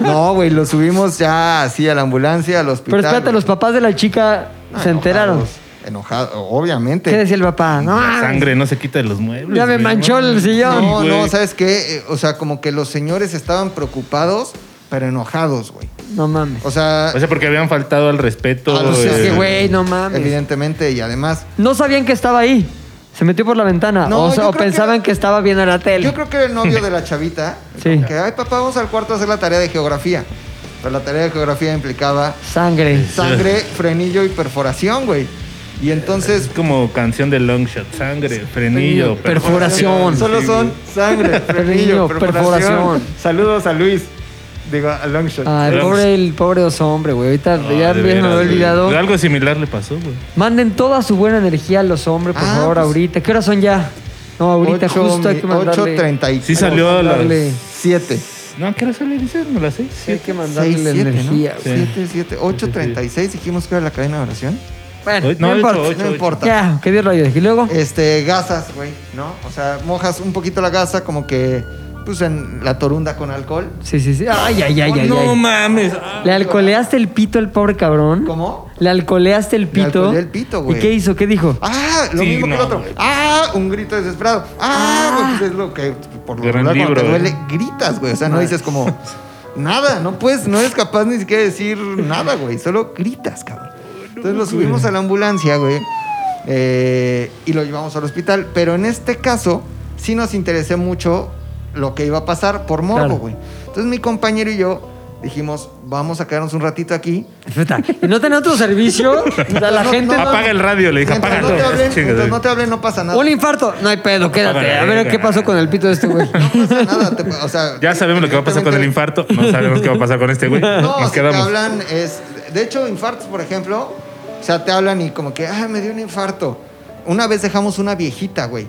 C: No, güey, lo subimos ya así a la ambulancia, al hospital.
A: Pero espérate,
C: güey.
A: los papás de la chica
C: No,
A: se enteraron.
C: enojados, Enojados, obviamente.
A: ¿Qué decía el papá? No,
B: La
A: mames.
B: sangre no se quita de los muebles.
A: Ya me
B: güey,
A: manchó el
B: mames.
A: sillón.
C: No,
B: Sí,
C: no,
B: güey.
C: ¿sabes qué? Eh, O sea, como que los señores estaban preocupados, pero enojados, güey.
A: no mames.
C: O sea,
B: O sea, porque habían faltado al respeto.
C: Ah, no
A: Es
C: sé,
A: que,
B: Pues eh,
A: güey, no mames.
C: evidentemente, y además...
A: No sabían que estaba ahí. Se metió por la ventana.
C: No,
A: o sea,
C: yo
A: o
C: creo que
A: pensaban
C: era-
A: que, estaba viendo la tele.
C: Yo creo que era el novio de la chavita.
A: Sí.
C: Que, ay, papá, vamos al cuarto a hacer la tarea de geografía. Pero la tarea de geografía implicaba
A: Sangre.
C: sangre, frenillo y perforación, güey. Y entonces...
B: Es como canción de long shot. Sangre,
A: Frenillo,
B: frenillo,
A: perforación.
C: Solo son sangre, frenillo,
A: Frenillo,
C: perforación.
A: perforación.
C: Saludos a Luis. Digo, a Longshot.
A: Ay,
B: Pero-
C: pues-
A: pobre, el pobre oso, hombre, güey. Ahorita
B: Ah,
A: ya
B: de
A: bien me
B: veras,
A: había
B: güey.
A: olvidado.
B: Algo similar le pasó, güey.
A: Manden toda su buena energía a los hombres, por
C: Ah,
A: favor,
C: pues-
A: ahorita. ¿Qué horas son ya? No, ahorita
C: Ocho
A: justo hay
C: mi-
A: que mandarle.
C: 8.35.
B: Sí salió a las...
A: darle-
C: 7.
B: No, ¿qué hora sale? Dice, ¿no las seis?
A: Sí, hay que mandarle
C: 6,
A: la
C: 7,
A: energía.
C: ¿no?
A: güey.
C: 7, 7, 8, 36. Dijimos que era la cadena de oración.
A: Bueno,
B: Oye, no,
A: no
B: ocho,
A: importa.
B: ocho,
C: no
B: ocho.
C: importa.
A: Ya, que Dios lo ayude. Y luego,
C: Este, gasas, güey, ¿no? O sea, mojas un poquito la gasa, como que, pues, en la torunda con alcohol.
A: sí, sí, sí. Ay, ay, ay, ay.
B: No
A: ay.
B: mames.
A: ¿Le alcoleaste el pito al pobre cabrón?
C: ¿Cómo?
A: ¿Le alcoleaste el pito?
C: alcoleé el pito, güey.
A: ¿Y qué hizo? ¿Qué dijo?
C: ¡Ah! Lo
B: Sí,
C: mismo que el
B: no,
C: otro.
B: güey.
C: ¡Ah! Un grito desesperado. ¡Ah! güey, pues es lo que, por lo
B: Gran
C: regular, cuando
B: libro,
C: te duele,
B: eh.
C: gritas, güey. O sea, no dices como nada. No puedes, no eres capaz ni siquiera de decir nada, güey. Solo gritas, cabrón. Entonces lo subimos a la ambulancia, güey. eh, y lo llevamos al hospital. Pero en este caso, sí nos interesó mucho lo que iba a pasar por morbo,
A: Claro.
C: güey. Entonces mi compañero y yo dijimos, vamos a quedarnos un ratito aquí.
A: Puta, ¿Y no tenía otro servicio? A la
C: No,
A: gente
C: no,
A: no-
B: Apaga el radio, le dije,
C: Mientras no,
B: apágalo.
C: te hablen,
B: Chinga,
C: mientras
B: güey.
C: no te hablen, no pasa nada.
A: Un infarto. No hay pedo, quédate.
B: Apaga la
A: A ver
B: verga.
A: qué pasó con el pito de este güey.
C: No pues pasa nada. te- o sea,
B: Ya sabemos lo que va a pasar con el infarto. No sabemos qué va a pasar con este güey.
C: No,
B: Nos
C: si te
B: quedamos.
C: hablan es... De hecho, infartos, por ejemplo, o sea, te hablan y como que, ah, me dio un infarto. Una vez dejamos una viejita, güey.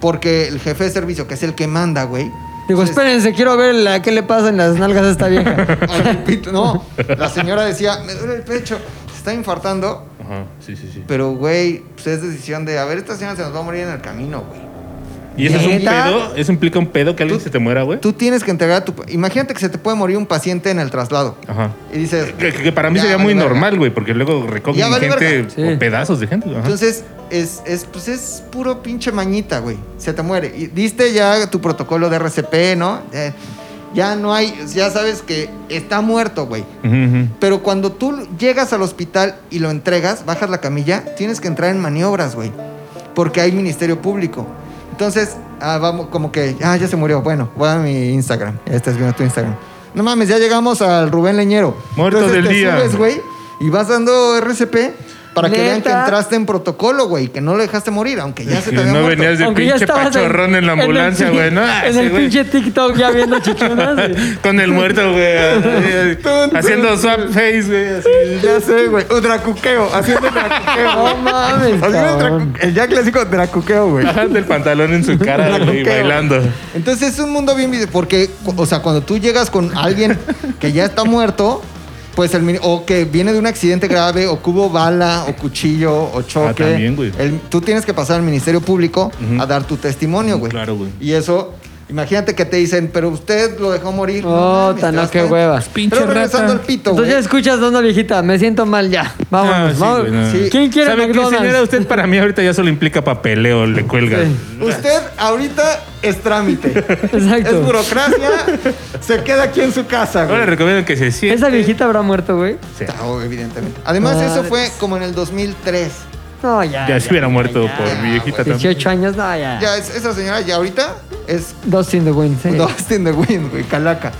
C: Porque el jefe de servicio, que es el que manda, güey.
A: Digo,
C: entonces,
A: espérense, quiero ver la, qué le pasa en las nalgas a esta vieja.
C: ay, el pito, No, la señora decía, me duele el pecho, se está infartando.
B: Ajá, sí, sí, sí.
C: Pero, güey, pues es decisión de, a ver, esta señora se nos va a morir en el camino, güey.
B: Y eso es un
C: ¿Neta?
B: pedo, eso implica un pedo que alguien
C: Tú-
B: se te muera, güey.
C: Tú tienes que entregar tu... Imagínate que se te puede morir un paciente en el traslado.
B: Ajá.
C: Y dices...
B: Que, que- que para mí
C: "Ya,
B: sería muy
C: vale, verga".
B: normal, güey, porque luego recogen
C: Ya vale
B: gente
C: verga.
A: Sí.
B: o pedazos de gente. güey, ajá.
C: Entonces, es, es, pues es puro pinche mañita, güey. Se te muere. Y diste ya tu protocolo de RCP, ¿no? Eh, ya no hay... Ya sabes que está muerto, güey.
B: Ujú, ujú.
C: Pero cuando tú llegas al hospital y lo entregas, bajas la camilla, tienes que entrar en maniobras, güey. Porque hay ministerio público. Entonces, ah, vamos, como que, ah, ya se mmurió. Bueno, voy a mi Instagram. Ya estás viendo tu Instagram. No mames, ya llegamos al Rubén Leñero.
B: Muerto
C: Entonces,
B: del
C: te
B: día.
C: subes, güey, y vas dando RCP para que vean que
A: Neta.
C: entraste en protocolo, güey, que no lo dejaste morir, aunque ya se te
B: Que
C: había
B: no
C: muerto.
B: venías de
A: Aunque ya
B: pinche
A: estabas
B: pachorrón en, la
A: el
B: ambulancia,
A: pin-
B: güey, ¿no? Ah,
A: En
B: sí,
A: el
B: güey.
A: pinche TikTok ya viendo chichonas. güey.
B: Con el muerto, güey. así, Haciendo swap face, güey. así.
C: Ya sé, güey. Un dracuqueo, haciendo dracuqueo.
A: No mames,
C: Haciendo
A: cabrón.
C: dracu- El ya clásico dracuqueo, güey.
B: Bajando el pantalón en su cara, güey,
C: Dracuqueo.
B: bailando.
C: Entonces es un mundo bien vivi- porque cu- o sea, cuando tú llegas con alguien que ya está muerto, pues el mini- o que viene de un accidente grave o que hubo bala o cuchillo o choque,
B: Ah, también, güey.
C: el- tú tienes que pasar al Ministerio Público a dar tu testimonio, güey.
B: Claro, güey.
C: Y eso Imagínate que te dicen, pero usted lo dejó morir.
A: Oh,
C: mames,
A: tan
C: te
A: no,
C: vas
A: qué
C: a-
A: huevas.
B: Pinche
C: Pero regresando
B: rata.
C: al pito,
A: Entonces
C: güey.
A: ya escuchas dando viejita, me siento mal ya. Vámonos,
B: Ah, sí,
A: vámonos.
B: güey, no.
C: Sí.
A: ¿Quién quiere
B: ¿Sabe qué,
A: McDonald's?
B: señora? Usted para mí ahorita ya solo implica papeleo, le cuelga.
A: Sí.
C: Usted ahorita es trámite.
A: Exacto.
C: Es burocracia. se queda aquí en su casa, güey.
B: Ahora le recomiendo que se siente.
A: Esa viejita habrá muerto, güey.
B: Sí.
C: Tao, Ah, oh, evidentemente. Además,
A: Madres.
C: eso fue como en el 2003.
A: No, ya.
B: Ya se hubiera muerto por
C: ya,
B: viejita
C: güey.
B: también.
A: 18 años, no, ya.
C: Ya, es- esa señora ya ahorita es
A: Dos in the wind, Ah. sí.
C: Lost in the Wind, güey, calaca.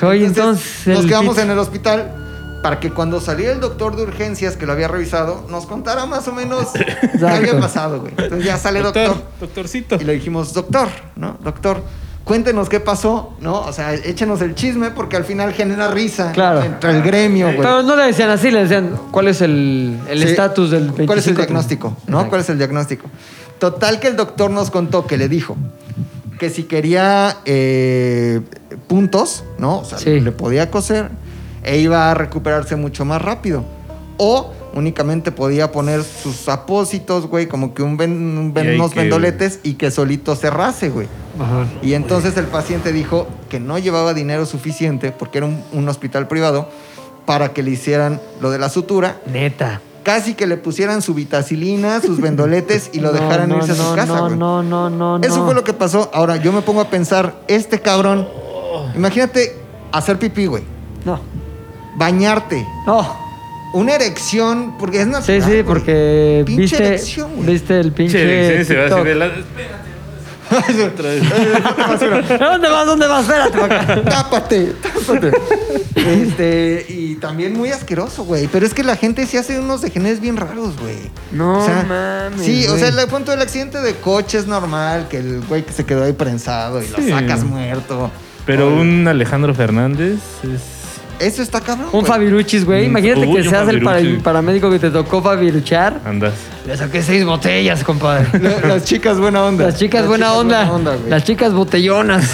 A: Oye, entonces.
C: nos
A: el
C: quedamos
A: pit-
C: en el hospital para que cuando saliera el doctor de urgencias que lo había revisado, nos contara más o menos qué había pasado, güey. Entonces ya sale doctor,
B: Doctor, doctorcito.
C: y le dijimos, doctor, ¿no? Doctor, cuéntenos qué pasó, ¿no? O sea, échenos el chisme porque al final genera risa
A: Claro.
C: entre el gremio, güey.
A: Pero no le decían así, le decían, ¿cuál es el el
C: Sí.
A: estatus del 25?
C: ¿Cuál es el diagnóstico? ¿No?
A: Exacto.
C: ¿Cuál es el diagnóstico? Total que el doctor nos contó que le dijo que si quería eh, puntos, ¿no? O sea,
A: Sí.
C: le podía coser e iba a recuperarse mucho más rápido. O únicamente podía poner sus apósitos, güey, como que un ven- un ven-
B: Y ahí
C: unos
B: que-
C: vendoletes y que solito cerrase, güey.
A: Ajá.
C: Y entonces el paciente dijo que no llevaba dinero suficiente porque era un, un hospital privado para que le hicieran lo de la sutura
A: Neta.
C: casi que le pusieran su vitacilina, sus vendoletes y lo dejaran
A: No, no,
C: irse a su
A: no,
C: casa.
A: No,
C: güey.
A: no, no, no.
C: Eso
A: no.
C: fue lo que pasó. Ahora, yo me pongo a pensar, este cabrón,
A: Oh.
C: imagínate hacer pipí, güey,
A: No.
C: bañarte, Ah,
A: No.
C: una erección, porque es natural.
A: Sí, sí,
C: güey.
A: porque
C: Pinche
A: viste,
C: erección, güey.
A: viste el pinche.
B: Pinche erección se va así
A: TikTok.
B: de lado.
A: ¿Dónde vas? ¿Dónde vas? Espérate para acá.
C: Tápate, tápate. Este, y también muy asqueroso, güey. Pero es que la gente sí hace unos degeneres bien raros, güey.
A: No mames,
C: Sí, o
A: güey.
C: sea, el punto del accidente de coche es normal, que el güey que se quedó ahí prensado y
B: Sí.
C: lo sacas muerto.
B: Pero un Alejandro Fernández es.
C: Eso está cabrón.
A: Un
C: güey.
A: Fabiruchis, güey.
B: Mm,
A: Imagínate
B: uy,
A: que
B: un
A: seas el para-
B: Fabiruchis.
A: paramédico que te tocó Fabiruchar.
B: Andas.
A: Le saqué seis botellas, compadre.
C: La- Las chicas buena onda.
A: Las chicas buena onda.
C: güey.
A: Las chicas botellonas.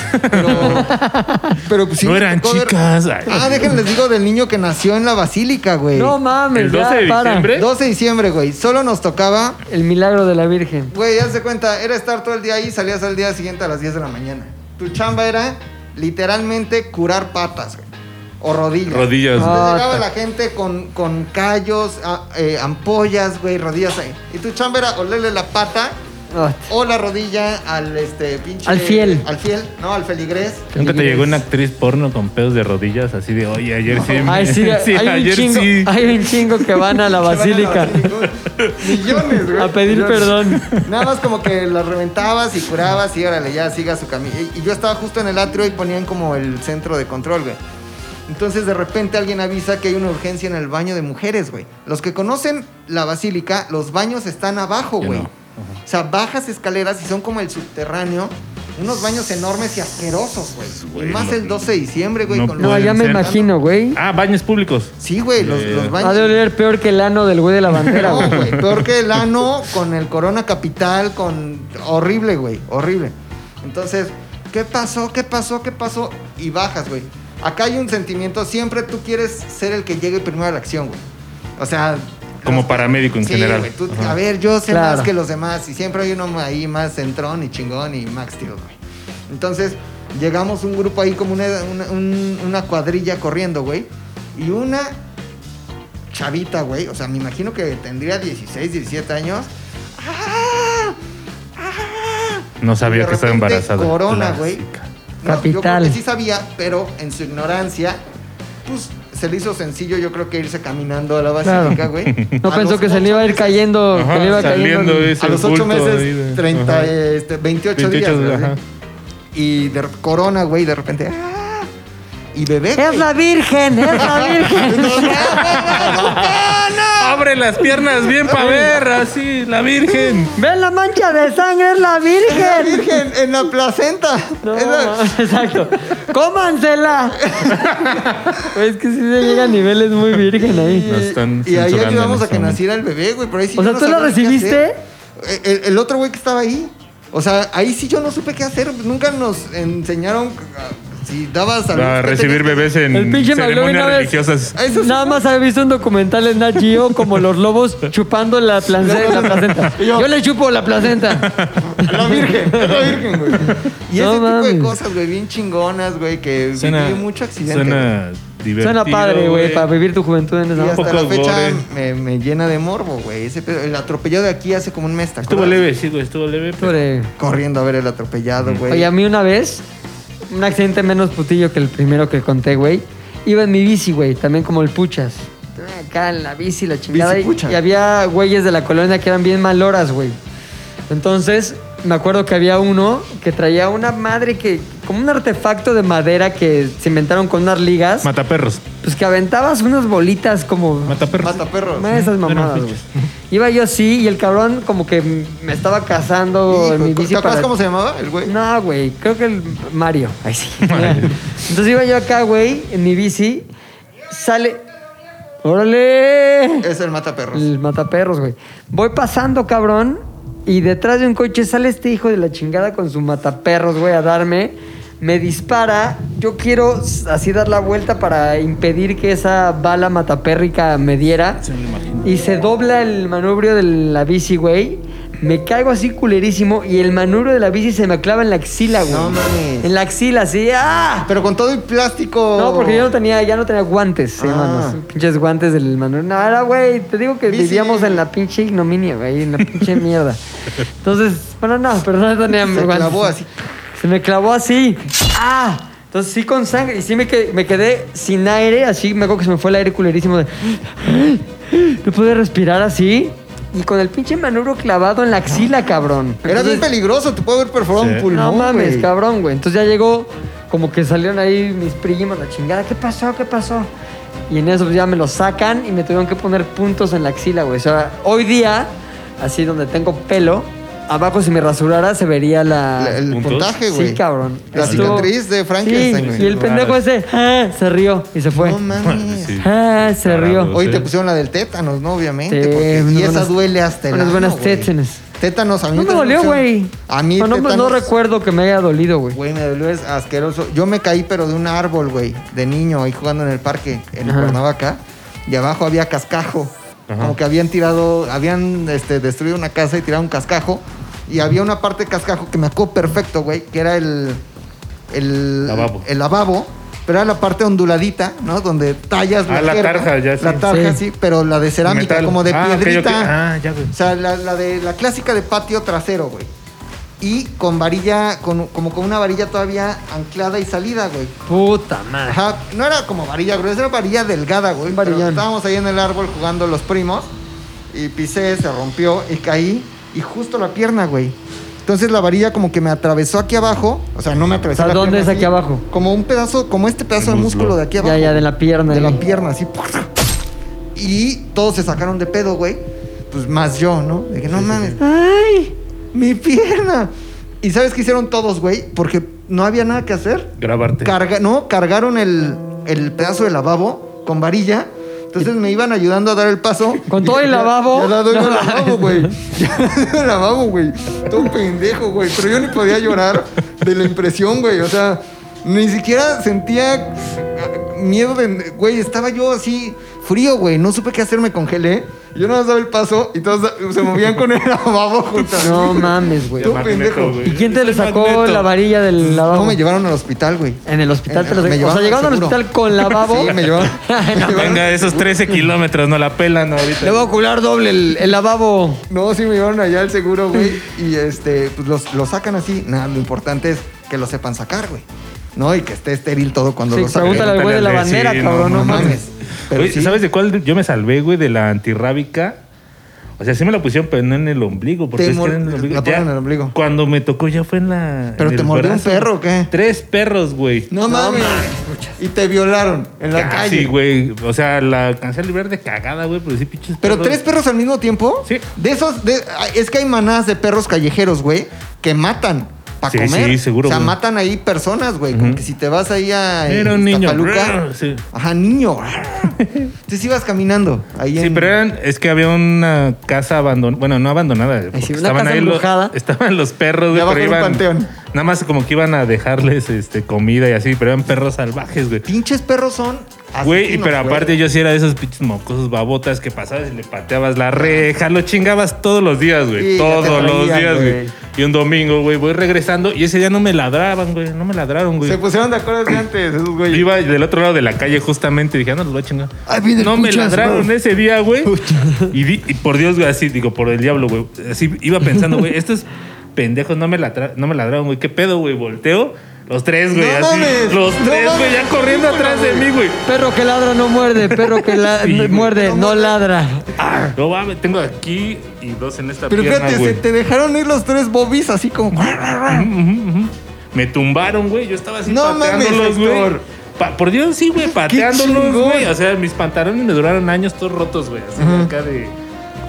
C: Pero pues, sí
B: No
C: me
B: eran
C: tocó ver-
B: chicas. ay.
C: Ah, déjenles digo del niño que nació en la basílica, güey.
A: No mames,
B: ¿El 12
A: ya,
B: de
A: para.
B: diciembre?
C: 12 de diciembre, güey. Solo nos tocaba,
A: El milagro de la Virgen.
C: güey, ya se cuenta, era estar todo el día ahí, salías al día siguiente a las 10 de la mañana. Tu chamba era literalmente curar patas, güey. O rodillas.
A: Ah.
B: Rodillas.
C: Entonces Pues llegaba la gente con, con callos, a- eh, ampollas, güey, rodillas ahí. Y tu chamba era olerle la pata
A: Ah,
C: o la rodilla al este pinche.
A: Al fiel.
C: Al fiel, no, al feligrés.
B: Nunca te
A: Yes.
B: llegó una actriz porno con pedos de rodillas así de, oye, ayer sí.
A: Ay, sí, hay, un
B: ayer
A: chingo,
B: sí.
A: hay un chingo que van a la basílica.
C: Millones, güey.
A: A pedir
C: Millones.
A: perdón.
C: Nada más como que las reventabas y curabas y órale, ya siga su camino. Y yo estaba justo en el atrio y ponían como el centro de control, güey. Entonces de repente alguien avisa que hay una urgencia en el baño de mujeres, güey. Los que conocen la basílica, los baños están abajo,
B: Yo
C: güey.
B: no.
C: O sea, bajas escaleras y son como el subterráneo. Unos baños enormes y asquerosos, güey. Y
B: Güey,
C: más
B: no-
C: el 12 de diciembre, güey.
B: no
C: con
A: No,
C: los-
A: ya me
B: Pueden ser.
A: imagino, güey.
B: Ah, baños públicos.
C: Sí, güey, los,
B: Eh,
C: los
A: Ha
C: baños.
A: de oler peor que el ano del güey de la bandera,
C: No, güey,
A: güey.
C: Peor que el ano con el Corona Capital, con. Horrible, güey. Horrible. Entonces, ¿qué pasó? ¿Qué pasó? ¿Qué pasó? Y bajas, güey. Acá hay un sentimiento. Siempre tú quieres ser el que llegue primero a la acción, güey. O sea,
B: Como paramédico en
C: Sí,
B: general.
C: güey, tú-
B: Ajá.
C: a ver, yo sé
A: Claro.
C: más que los demás y siempre hay uno ahí más centrón y chingón y Max Steel, güey. Entonces, llegamos un grupo ahí como una, una, un- una cuadrilla corriendo, güey. Y una chavita, güey, o sea, me imagino que tendría 16, 17 años. ¡Ah! ¡Ah!
B: No sabía
C: De
B: que estaba
C: repente,
B: embarazada.
C: Corona,
B: La
C: güey.
B: chica.
C: No, Yo creo
A: Capital.
C: que sí sabía, pero en su ignorancia, pues se le hizo sencillo, yo creo que irse caminando a la basílica,
A: Claro.
C: güey.
A: No
C: A
A: pensó
C: los
A: que se le iba a ir
C: ocho
A: cayendo.
B: Ajá,
A: que le iba
B: saliendo
A: cayendo. el-
B: ese
C: a los
B: bulto
C: ocho meses,
B: ahí de-
C: 30,
B: ajá.
C: este, 28,
B: 28,
C: días. güey.
B: ajá.
C: Y de corona, güey, de repente. ¡ah! Y bebé.
A: Es
C: güey.
A: la Virgen, es la Virgen.
B: Abre las piernas bien para ver, así, la Virgen.
A: Ven la mancha de sangre, es la
C: La
A: Virgen.
C: Virgen en la placenta.
A: No,
C: Es la-
A: exacto. ¡Cómansela! es que sí se llega a niveles muy virgen ahí.
B: Nos están
C: y ahí
B: censurando en
C: ayudamos a
B: este
C: que
B: momento.
C: naciera el bebé, güey. Pero ahí sí
A: O
C: yo
A: sea,
C: no
A: ¿tú la
C: sabía qué
A: recibiste?
C: hacer. El, el otro güey que estaba ahí. O sea, ahí sí yo no supe qué hacer. Nunca nos enseñaron ah, si dabas
B: A recibir bebés en
A: El pinche McLovin
B: ceremonias
A: una vez-
B: religiosas.
C: Ah, eso sí.
A: Nada más había visto un documental en Nat Geo como los lobos chupando la, place- la placenta. Yo le chupo la placenta.
C: La Virgen, la Virgen, güey. Y
A: No
C: ese tipo de
A: mames.
C: cosas, güey, bien chingonas, güey, que viví mucho accidente. güey.
B: Suena divertido.
A: Suena padre, güey,
B: güey.
A: para vivir tu juventud en esa.
C: Y
A: onda.
C: hasta la
B: Pocos
C: fecha
B: gore.
C: me, me llena de morbo, güey. Ese pedo- el atropellado de aquí hace como un mes, ¿te
B: Estuvo
C: acuerdas?
B: leve, sí, güey, estuvo leve. pero-
A: Sobre-
C: Corriendo a ver el atropellado, güey.
A: Oye, a mí una vez, un accidente menos putillo que el primero que conté, güey. Iba en mi bici, güey, también como el puchas. Acá en la bici, la chingada.
C: Bici
A: y-
C: pucha.
A: y, había güeyes de la colonia que eran bien maloras, güey. Entonces, me acuerdo que había uno que traía una madre que, como un artefacto de madera que se inventaron con unas ligas,
B: Mataperros.
A: pues que aventabas unas bolitas como.
B: Mataperros.
C: Mata perros.
A: Una de esas mamadas,
B: Eran
A: güey. Iba yo así y el cabrón como que me estaba cazando en mi
C: Hijo,
A: bici
C: ¿Te acuerdas
A: para-
C: cómo se llamaba el güey?
A: no, güey, creo que el Mario. Ahí sí. Entonces iba yo acá, güey, en mi bici. Sale. ¡Órale!
C: Es el mataperros.
A: El mataperros, güey. Voy pasando, cabrón. Y detrás de un coche sale este hijo de la chingada con su mataperros, güey, a darme. Me dispara. Yo quiero así dar la vuelta para impedir que esa bala matapérrica me diera. y se dobla el manubrio de la bici, güey. Me caigo así culerísimo y el manubrio de la bici se me clava en la axila, güey.
C: No mames.
A: En la axila, así. ¡Ah!
C: Pero con todo y plástico.
A: No, porque yo no tenía, ya no tenía guantes, se
C: Ah.
A: llaman los pinches guantes del Manuel. No, era, güey, te digo que
C: Bici.
A: vivíamos en la pinche ignominia, güey, en la pinche mierda. Entonces, bueno, no, pero no tenía
C: Se
A: guantes.
C: clavó así.
A: Se me clavó así. ¡Ah! Entonces sí con sangre, y sí me, que- me quedé sin aire, así me acuerdo que se me fue el aire culerísimo de... No pude respirar así. Y con el pinche manubrio clavado en la axila, cabrón.
C: Era bien
A: Entonces-
C: peligroso, te puede haber perforado
B: Sí.
C: un pulmón.
A: no mames,
C: güey.
A: cabrón, güey. Entonces ya llegó, como que salieron ahí mis primos, la chingada. ¿Qué pasó? ¿Qué pasó? Y en eso pues, ya me lo sacan y me tuvieron que poner puntos en la axila, güey. O sea, hoy día, así donde tengo pelo, abajo si me rasurara se vería la...
C: La- el
B: ¿Puntos?
C: puntaje, güey.
A: Sí, cabrón.
C: La
A: Estuvo-
C: cicatriz de Frankenstein,
A: Sí,
C: güey.
A: y el pendejo ese ah, se rió y se fue.
C: No mames.
B: Sí.
A: Ah, se rió.
C: Hoy
B: Sí.
C: te pusieron la del tétanos, ¿no? Obviamente.
A: Sí,
C: porque,
A: unas
C: y esa
A: buenas-
C: duele hasta el
A: unas
C: ano,
A: buenas
C: güey.
A: tétanos.
C: Tétanos a mí
A: No me
C: también
A: dolió,
C: pusieron-
A: güey.
C: A mí
A: No, no,
C: tétanos,
A: no recuerdo que me haya dolido, güey.
C: Güey, me dolió, es asqueroso. Yo me caí, pero de un árbol, güey. De niño, ahí jugando en el parque, en
A: Ajá.
C: Cuernavaca. Y abajo había cascajo. Como que habían tirado, habían este, destruido una casa y tirado un cascajo. Y había una parte de cascajo que me acuerdo perfecto, güey, que era el. El
B: Lavabo.
C: El lavabo. Pero era la parte onduladita, ¿no? Donde tallas
B: Ah, la
C: jerga.
B: tarja, ya sí.
C: La tarja,
A: Sí.
C: sí, pero la de cerámica,
B: Metal.
C: como de
B: Ah, ok, ok.
C: piedrita.
B: Ah, ya, güey.
C: O sea, la, la de la clásica de patio trasero, güey. Y con varilla, con, como con una varilla todavía anclada y salida, güey.
A: Puta madre.
C: Ajá, no era como varilla gruesa, era varilla delgada, güey.
A: Un
C: Pero
A: varillón.
C: estábamos ahí en el árbol jugando los primos y pisé, se rompió y caí y justo la pierna, güey. Entonces la varilla como que me atravesó aquí abajo, o sea, no me atravesó.
A: O sea,
C: la
A: ¿dónde
C: pierna
A: es aquí
C: así,
A: abajo?
C: Como un pedazo, como este pedazo
B: El
C: de
B: muslo.
C: músculo de aquí abajo.
A: Ya, ya, de la pierna.
C: De la
A: güey.
C: pierna, así. Y todos se sacaron de pedo, güey. Pues más yo, ¿no? De que no mames.
A: Ay.
C: ¡Mi pierna! ¿Y sabes qué hicieron todos, güey? Porque no había nada que hacer.
B: Grabarte.
C: Carga, no, cargaron el, el pedazo de lavabo con varilla. Entonces me iban ayudando a dar el paso.
A: ¿Con todo el
C: Ya-
A: lavabo?
C: Ya, la doy
A: No
C: el
A: mames.
C: lavabo, güey. Ya la doy el lavabo, güey. Todo un pendejo, güey. Pero yo ni podía llorar de la impresión, güey. O sea, ni siquiera sentía eh, miedo de... Güey, estaba yo así frío, güey. No supe qué hacer, me congelé. Yo no daba el paso y todos se movían con el lavabo juntas.
A: No mames, güey.
C: Tú, pendejo.
A: ¿Y quién te le sacó la varilla del lavabo?
C: No, me llevaron al hospital, güey.
A: En el hospital
C: En-
A: te lo
C: me
A: O sea,
C: llevaron
A: llegaron al
C: al seguro.
A: hospital con lavabo.
C: Sí, me llevaron.
A: Ay, no.
C: me llevaron-
B: Venga, esos 13 kilómetros no la pelan ahorita.
A: Le voy a ocular doble el, el lavabo.
C: No, sí me llevaron allá al seguro, güey. Y este, pues los, los sacan así. Nada, lo importante es que lo sepan sacar, güey. ¿No? Y que esté estéril todo cuando
A: Sí,
C: lo sacan.
A: pregúntale al güey de la
B: Pregúntale,
A: bandera,
B: sí,
A: cabrón. No
C: no
A: mames.
C: mames. Pero
B: Oye,
C: sí.
B: ¿Sabes de cuál yo me salvé, güey? De la antirrábica. O sea, sí me la pusieron, pero no en el ombligo. Porque
C: Te
B: es que
C: mor-
B: era en el ombligo.
C: la ponen
B: Ya,
C: en el ombligo.
B: Cuando me tocó ya fue en la.
C: ¿Pero
B: en
C: te
B: el
C: mordió un
B: brazo.
C: perro o qué?
B: Tres perros, güey.
C: No mames. Y te violaron en la
B: Casi,
C: calle.
B: Ah, güey. O sea, la alcancé a librar de cagada, güey. Pero sí, pinches.
C: Pero tres perros al mismo tiempo.
B: Sí.
C: De esos, de- ay, es que hay manadas de perros callejeros, güey, que matan para
B: Sí,
C: comer.
B: sí, seguro,
C: O sea,
B: güey.
C: matan ahí personas, güey. Como que si te vas ahí a
B: Era un niño.
C: Iztapaluca-
B: Sí.
C: Ajá, niño. Entonces ibas caminando ahí
B: Sí,
C: en-
B: pero eran, es que había una casa abandonada, bueno, no abandonada, porque
A: sí, una
B: estaban
A: casa
B: ahí los,
A: embrujada.
B: estaban los perros, güey,
C: abajo
B: pero
C: era
B: iban,
C: un panteón.
B: nada más como que iban a dejarles este, comida y así, pero eran perros salvajes, güey.
C: Pinches perros son.
B: Güey, y
C: asesinos,
B: pero
C: güey.
B: aparte yo sí era de esos pinches mocosos babotas que pasabas y le pateabas la reja, lo chingabas todos los días, güey.
C: Sí, ya te
B: todos los
C: traían,
B: días,
C: güey.
B: güey. Y un domingo, güey, voy regresando y ese día no me ladraban, güey. No me ladraron, güey.
C: Se pusieron de acuerdo desde antes, esos güey.
B: Iba del otro lado de la calle justamente y dije, "Ah, no, los voy a chingar.
C: Ahí viene el
B: no me
C: puchas,
B: ladraron
C: bro.
B: ese día, güey. Y, di- y por Dios, güey, así, digo, por el diablo, güey. Así iba pensando, güey, estos pendejos no me, ladra- no me ladraron, güey. ¿Qué pedo, güey? Volteo. Los tres, güey,
C: No
B: así.
C: mames,
B: Los
C: no
B: tres, güey,
C: mames,
B: ya corriendo atrás de mí, güey.
A: Perro que ladra no muerde. Perro que la-
B: Sí, güey.
A: muerde no ladra.
B: No mames, tengo aquí y dos en esta
C: Pero
B: pierna,
C: fíjate, se
B: güey.
C: te dejaron ir los tres bobis así como.
B: Me tumbaron, güey. Yo estaba así
C: No mames,
B: pateándolos,
A: este.
B: güey.
C: Héctor.
B: Pa- por Dios, sí, güey, pateándolos,
C: chingón.
B: güey. O sea, mis pantalones me duraron años todos rotos, güey. Así de acá de,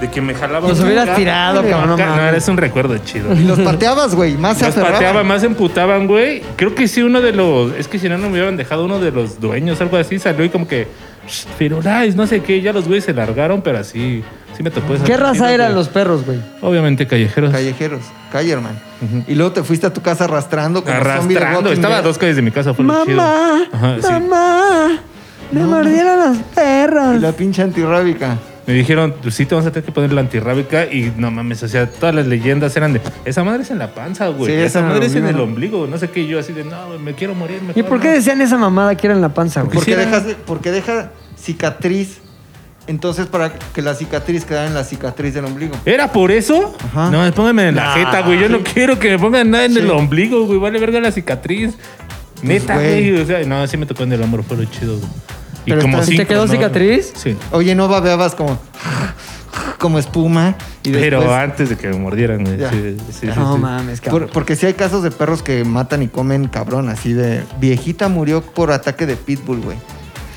B: de que me jalaba.
A: Los
B: un
A: hubieras
B: acá,
A: tirado,
B: güey,
A: cabrón, no
B: acá. No,
A: mames.
B: es un recuerdo chido.
C: Y los pateabas, güey. Más se
B: Más
C: aferraban.
B: pateaban, más se emputaban, güey. Creo que sí, uno de los. Es que si no, no me hubieran dejado uno de los dueños, algo así. Salió y como que. "Shh, Firulais, no sé qué. Ya los güeyes se largaron, pero así. Sí me tocó esa
A: ¿Qué
B: partida,
A: raza eran
B: güey.
A: los perros, güey?
B: Obviamente callejeros.
C: Callejeros, calle, hermano. Y luego te fuiste a tu casa arrastrando como zombie de
B: Arrastrando.
C: Walking
B: Estaba a
C: Dead.
B: dos calles de mi casa, fue lo chido.
A: Mamá,
B: Ajá, sí.
A: mamá, me mordieron las
C: Y
A: perras.
C: la pinche antirrábica.
B: Me dijeron, pues sí, te vamos a tener que poner la antirrábica. Y no mames, o sea, todas las leyendas eran de, esa madre es en la panza, güey.
C: Sí,
B: esa
C: esa
B: madre es en el
C: ombligo.
B: ombligo. No sé qué, y yo así de, no, güey, me quiero morir.
A: ¿Y por qué decían esa mamada que era en la panza, güey?
C: Porque,
B: Quisiera-
C: dejas, porque deja cicatriz. Entonces, para que la cicatriz quedara en la cicatriz del ombligo.
B: ¿Era por eso?
C: Ajá.
B: No, pónganme en la jeta, güey. Yo no quiero que me pongan nada en el ombligo, güey. Vale verga la cicatriz. Neta,
C: Pues, güey.
B: güey. O sea, no, sí me tocó en el hombro, fue lo chido, güey. Y
C: Pero
B: como
C: está-
A: ¿te
B: cinco,
A: quedó
B: ¿no?
A: cicatriz?
B: Sí.
C: Oye, no babeabas como, como espuma. Y
B: Pero
C: después-
B: antes de que me mordieran, güey.
C: Ya.
B: Sí, sí, sí,
A: no
B: sí.
A: mames,
C: Por-
A: cabrón.
C: porque sí hay casos de perros que matan y comen cabrón, así de viejita murió por ataque de pitbull, güey.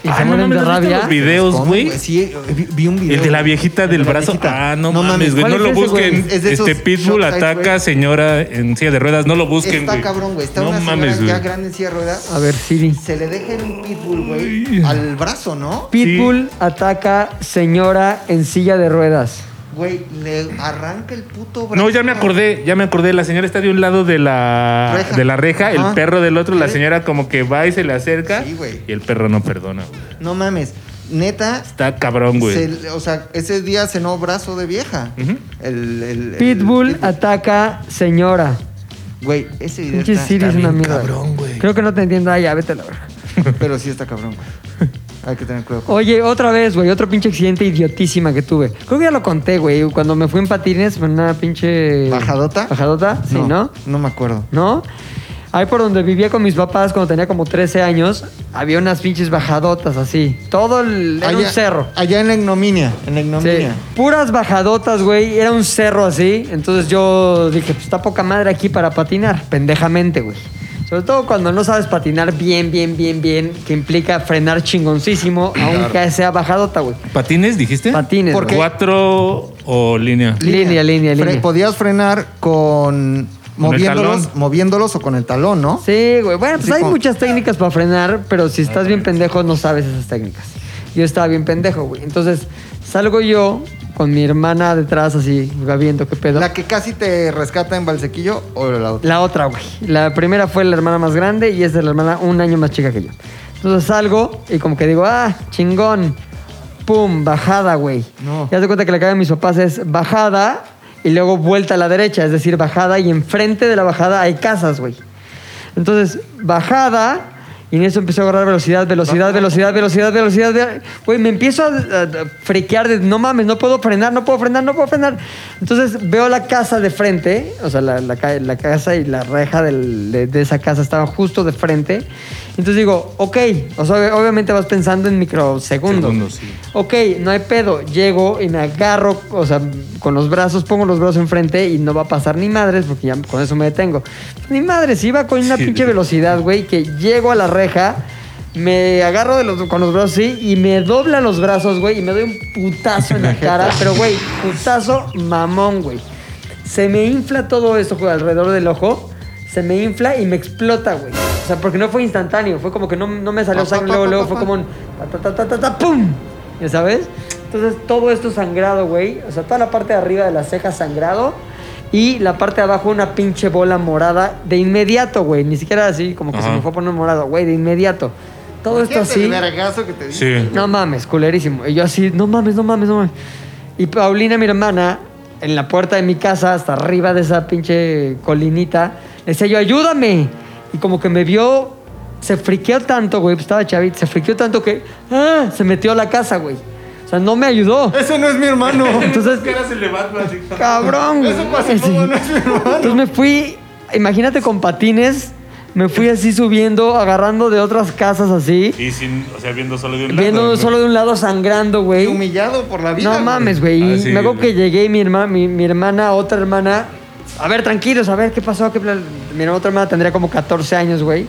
A: Y
B: Ay,
A: se
B: no
A: mueren
B: mames,
A: de
B: ¿no has visto
A: rabia.
B: los videos,
C: ¿Cómo,
B: güey.
C: Sí, eh, vi, vi un video.
B: El de la
C: güey.
B: viejita
C: El de
B: del
C: la
B: brazo.
C: viejita.
B: Ah, no, mames, güey.
A: ¿Cuál
B: No
A: es
B: lo
A: ese,
B: busquen.
C: güey? Es de esos
B: este Pitbull
C: shock sites,
B: ataca
C: güey.
B: señora en silla de ruedas. No lo busquen,
C: Está
B: güey.
C: cabrón, güey. Está una señora ya grande en silla de ruedas.
A: A ver, Siri.
C: Se le deja en un pitbull, güey, al brazo, ¿no?
A: Pitbull ataca señora en silla de ruedas.
C: Güey, le arranca el puto brazo.
B: No, ya me acordé, ya me acordé. La señora está de un lado de la
C: Reja.
B: de la reja, el
C: Ajá.
B: perro del otro. La
C: Sí.
B: señora como que va y se le acerca.
C: Sí, güey.
B: y el perro no perdona, güey.
C: No mames. Neta,
B: Está cabrón, güey.
C: se- o sea, ese día cenó brazo de vieja.
B: Ujú.
C: el, el- el-
A: Pitbull ataca señora.
C: Güey, ese video
A: Pinche
C: está,
A: Siri es
C: está
A: una
C: bien
A: mierda.
C: cabrón, güey.
A: Creo que no te entiendo. Ay, ya, vete a la verga.
C: Pero sí está cabrón, güey. Hay que tener cuidado. con-
A: Oye, otra vez, güey, otro pinche accidente idiotísima que tuve. Creo que ya lo conté, güey. Cuando me fui en patines, en una pinche.
C: ¿Bajadota?
A: ¿Bajadota? Sí, ¿no?
C: No me acuerdo.
A: ¿no? Ahí por donde vivía con mis papás cuando tenía como 13 años, había unas pinches bajadotas así. Todo el, era un cerro.
C: Allá en la ignominia. En la
A: Sí,
C: ignominia.
A: puras bajadotas, güey. Era un cerro así. Entonces yo dije, pues está poca madre aquí para patinar, pendejamente, güey. Sobre todo cuando no sabes patinar bien, bien, bien, bien, que implica frenar chingoncísimo, aunque sea bajadota, güey.
B: ¿Patines dijiste?
A: Patines,
C: ¿Por
A: güey.
B: ¿Cuatro o línea?
A: Línea, línea,
C: Fre-
A: línea.
C: Podías frenar con. Moviéndolos,
B: talón.
C: moviéndolos o con el talón, ¿no?
A: Sí, güey. Bueno, pues
C: Sí,
A: hay
C: como-
A: muchas técnicas para frenar, pero si estás bien pendejo, no sabes esas técnicas. Yo estaba bien pendejo, güey. Entonces, salgo yo con mi hermana detrás, así, va viendo qué pedo.
C: La que casi te rescata en Valsequillo o la otra.
A: La otra, güey. La primera fue la hermana más grande y es de la hermana un año más chica que yo. Entonces salgo y como que digo, ah, chingón. pum, bajada, güey.
C: No.
A: Ya te cuenta que la calle de mis papás es bajada y luego vuelta a la derecha, es decir, bajada y enfrente de la bajada hay casas, güey. Entonces, bajada y en eso empezó a agarrar velocidad, velocidad, velocidad, velocidad, velocidad. ve- Güey, me empiezo a, a- a frequear de no mames, no puedo frenar, no puedo frenar, no puedo frenar. Entonces veo la casa de frente, o sea, la, la ca- la casa y la reja del- de, de esa casa estaban justo de frente. Entonces digo, ok, o sea, ob- obviamente vas pensando en microsegundos.
B: Segundos, sí.
A: Ok, no hay pedo. Llego y me agarro, o sea, con los brazos, pongo los brazos enfrente y no va a pasar ni madres porque ya con eso me detengo. Ni madres, iba con una
B: Sí.
A: pinche velocidad, güey, que llego a la reja, me agarro de los- con los brazos así y me dobla los brazos, güey, y me doy un putazo en la cara. Pero, güey, putazo mamón, güey. Se me infla todo esto, güey, alrededor del ojo. Se me infla y me explota, güey. O sea, porque no fue instantáneo. Fue como que no, no me salió
C: Pa, pa,
A: sangre luego,
C: pa, pa,
A: luego.
C: pa,
A: Fue
C: pa.
A: como un ta, ta, ta, ta, ta, pum. ¿Ya sabes? Entonces todo esto sangrado, güey. O sea, toda la parte de arriba de las cejas sangrado. Y la parte de abajo una pinche bola morada de inmediato, güey. Ni siquiera así como que se
B: Ajá.
A: me fue a poner morado, güey, de inmediato. Todo esto
C: Imagínate
A: así.
C: El vergazo que te di.
B: Sí.
A: No mames, culerísimo. Y yo así, no mames, no mames, no mames. Y Paulina, mi hermana, en la puerta de mi casa, hasta arriba de esa pinche colinita, le decía yo, ayúdame. Y como que me vio, se friqueó tanto, güey, pues estaba chavito, se friqueó tanto que ah, se metió a la casa, güey. O sea, no me ayudó.
C: Ese no es mi hermano.
A: Entonces, cabrón, güey.
C: Eso pasó, no es mi hermano.
A: Entonces me fui, imagínate con patines, me fui así subiendo, agarrando de otras casas así,
B: Y sin, o sea, viendo solo de un
A: viendo
B: lado, ¿no?
A: solo de un lado sangrando, güey.
C: Humillado por la vida.
A: No
C: güey.
A: mames, güey.
B: Ah,
A: Y
B: sí,
A: luego
B: el-
A: que llegué y mi hermana, mi, mi hermana, otra hermana. A ver, tranquilos, a ver qué pasó. ¿Qué plan- Mi otra hermana tendría como 14 años, güey.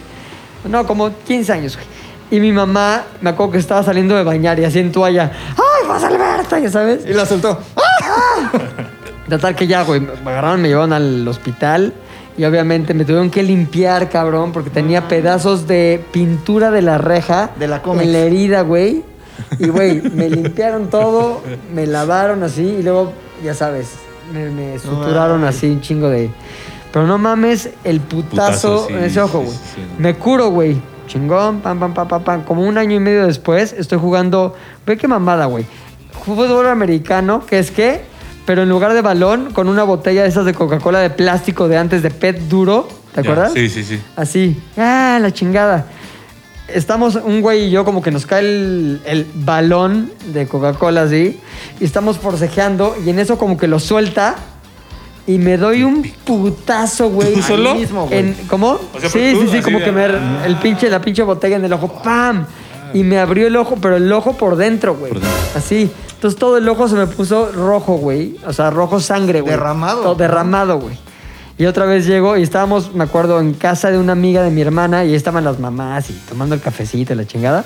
A: No, como 15 años, güey. Y mi mamá, me acuerdo que estaba saliendo de bañar y así en toalla. ¡Ay, vas Alberto! Ya sabes. ¡Ah!
C: Y la soltó.
A: Total que ya, güey, me agarraron, me llevaron al hospital y obviamente me tuvieron que limpiar, cabrón, porque tenía pedazos de pintura de la reja.
C: De la Comex.
A: En la herida, güey. Y, güey, me limpiaron todo, me lavaron así y luego, ya sabes, me, me suturaron así un chingo de... Pero no mames el putazo,
B: Putazo, sí,
A: en ese ojo,
B: sí,
A: güey.
B: sí, sí, no.
A: Me curo, güey. Chingón, pam, pam, pam, pam, pam. Como un año y medio después, estoy jugando. Ve qué mamada, güey. Fútbol americano, que es que, pero en lugar de balón, con una botella de esas de Coca-Cola de plástico de antes de PET duro. ¿Te
B: Ya,
A: acuerdas?
B: Sí, sí, sí.
A: Así. ¡Ah, la chingada! Estamos, un güey y yo, como que nos cae el, el balón de Coca-Cola así. Y estamos forcejeando. Y en eso, como que lo suelta. Y me doy un putazo, güey.
B: ¿Tú
A: ahí
B: solo?
A: mismo, güey. En- ¿Cómo?
B: O sea,
A: sí,
B: pero tú
A: sí, sí,
B: así
A: como
B: de- Ah.
A: que me, el pinche, la pinche botella en el ojo. ¡Pam! Y me abrió el ojo, pero el ojo por dentro, güey.
B: Por dentro.
A: Así. Entonces todo el ojo se me puso rojo, güey. O sea, rojo sangre, güey.
C: Derramado.
A: Todo derramado, güey. Y otra vez llego y estábamos, me acuerdo, en casa de una amiga de mi hermana y ahí estaban las mamás y tomando el cafecito y la chingada.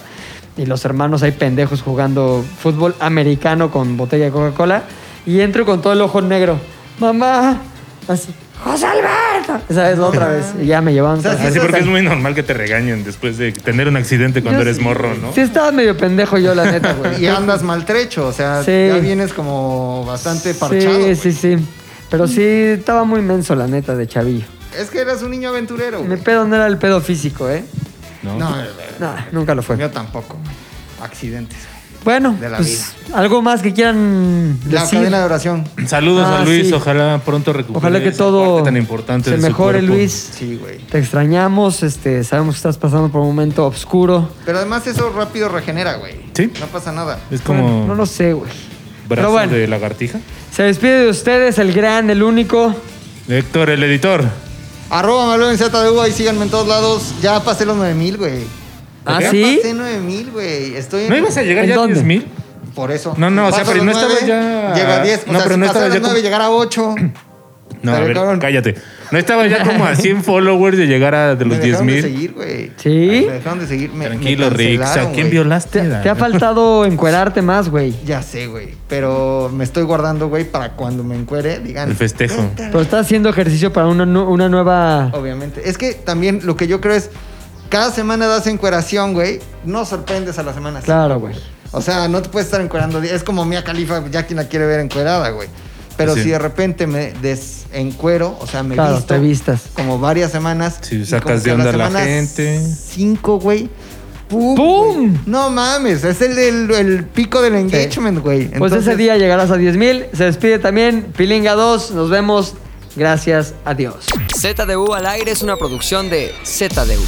A: Y los hermanos ahí pendejos jugando fútbol americano con botella de Coca-Cola. Y entro con todo el ojo negro. Mamá. Así. José Alberto. Esa es otra vez. Y ya me llevaban.
C: O sea, sí
B: Así
C: Eso
B: porque
C: es-
B: es muy normal que te regañen después de tener un accidente cuando
A: Yo
B: eres
A: sí-
B: morro, ¿no?
A: Sí estaba medio pendejo yo, la neta, güey.
C: Y andas maltrecho, o sea,
A: Sí.
C: ya vienes como bastante parchado.
A: Sí,
C: güey.
A: sí, sí. Pero sí estaba muy menso, la neta, de chavillo.
C: Es que eras un niño aventurero.
A: Mi
C: güey.
A: pedo no era el pedo físico, ¿eh?
B: ¿No?
C: No,
A: No, nunca lo
B: Pues,
A: fue.
C: yo tampoco. güey. Accidentes. güey.
A: Bueno,
C: De la
A: pues, algo más que quieran
C: La
A: decir.
C: cadena de oración.
B: Saludos
A: Ah,
B: a Luis,
A: sí.
B: ojalá pronto recupere
A: Ojalá que
B: esa
A: todo
B: parte tan importante
A: se
B: de su
A: mejore,
B: cuerpo.
A: Luis.
C: Sí, güey.
A: Te extrañamos, este, sabemos que estás pasando por un momento oscuro.
C: Pero además eso rápido regenera, güey.
B: Sí.
C: No pasa nada.
B: Es como
A: Bueno, no lo sé, güey.
B: brazo
A: Pero bueno,
B: de lagartija.
A: se despide de ustedes el gran, el único.
B: Héctor, el editor.
C: Arroba Malo en ZDU, ahí síganme en todos lados. Ya pasé los 9000, güey.
A: ¿Ah,
C: Ya
A: sí?
C: pasé 9000, güey. Estoy en...
B: ¿No ibas a llegar
A: ¿En
B: ya
A: dónde?
B: a 10.000?
C: Por eso.
B: No, no, o sea,
C: Paso
B: pero
C: los
B: no estabas
C: nueve,
B: ya-
C: Llego a 10. O
B: No,
C: sea,
B: pero
C: si
B: no
C: pasé
B: estabas
C: a las
B: ya como-
C: 9, llegar a 8.
B: No, a
C: Pero,
B: ver,
C: cabrón.
B: cállate. No estaba ya como a 100 followers de llegar a de los
C: me dejaron de
B: 10.000.
C: seguir, güey.
A: ¿Sí?
C: Me dejaron de seguir. Me,
B: Tranquilo,
C: me
B: Rick.
C: cancelaron,
B: ¿A quién
C: güey.
B: violaste?
A: Te, te ha faltado encuerarte más, güey.
C: Ya sé, güey. Pero me estoy guardando, güey, para cuando me encuere, digan.
B: El festejo.
A: Pero estás haciendo ejercicio para una, nu- una nueva...
C: Obviamente. Es que también lo que yo creo es. Cada semana das encueración, güey. No sorprendes a la semana.
A: Claro, güey.
C: O sea, no te puedes estar encuerando. Es como Mia Califa, ya quien la quiere ver encuerada, güey. Pero
B: Sí.
C: si de repente me desencuero, o sea, me
A: Claro,
C: visto
A: te vistas.
C: como varias semanas.
B: Sí,
C: y
B: sacas
C: como
B: de
C: que
B: onda a la
C: semana
B: gente.
C: Cinco, güey. ¡Pum!
A: ¡Pum!
C: güey. No mames, es el, el- el pico del engagement, güey.
A: Pues
C: Entonces,
A: ese día llegarás a 10.000 Se despide también Pilinga 2. Nos vemos. Gracias. Adiós.
F: ZDU al aire es una producción de ZDU.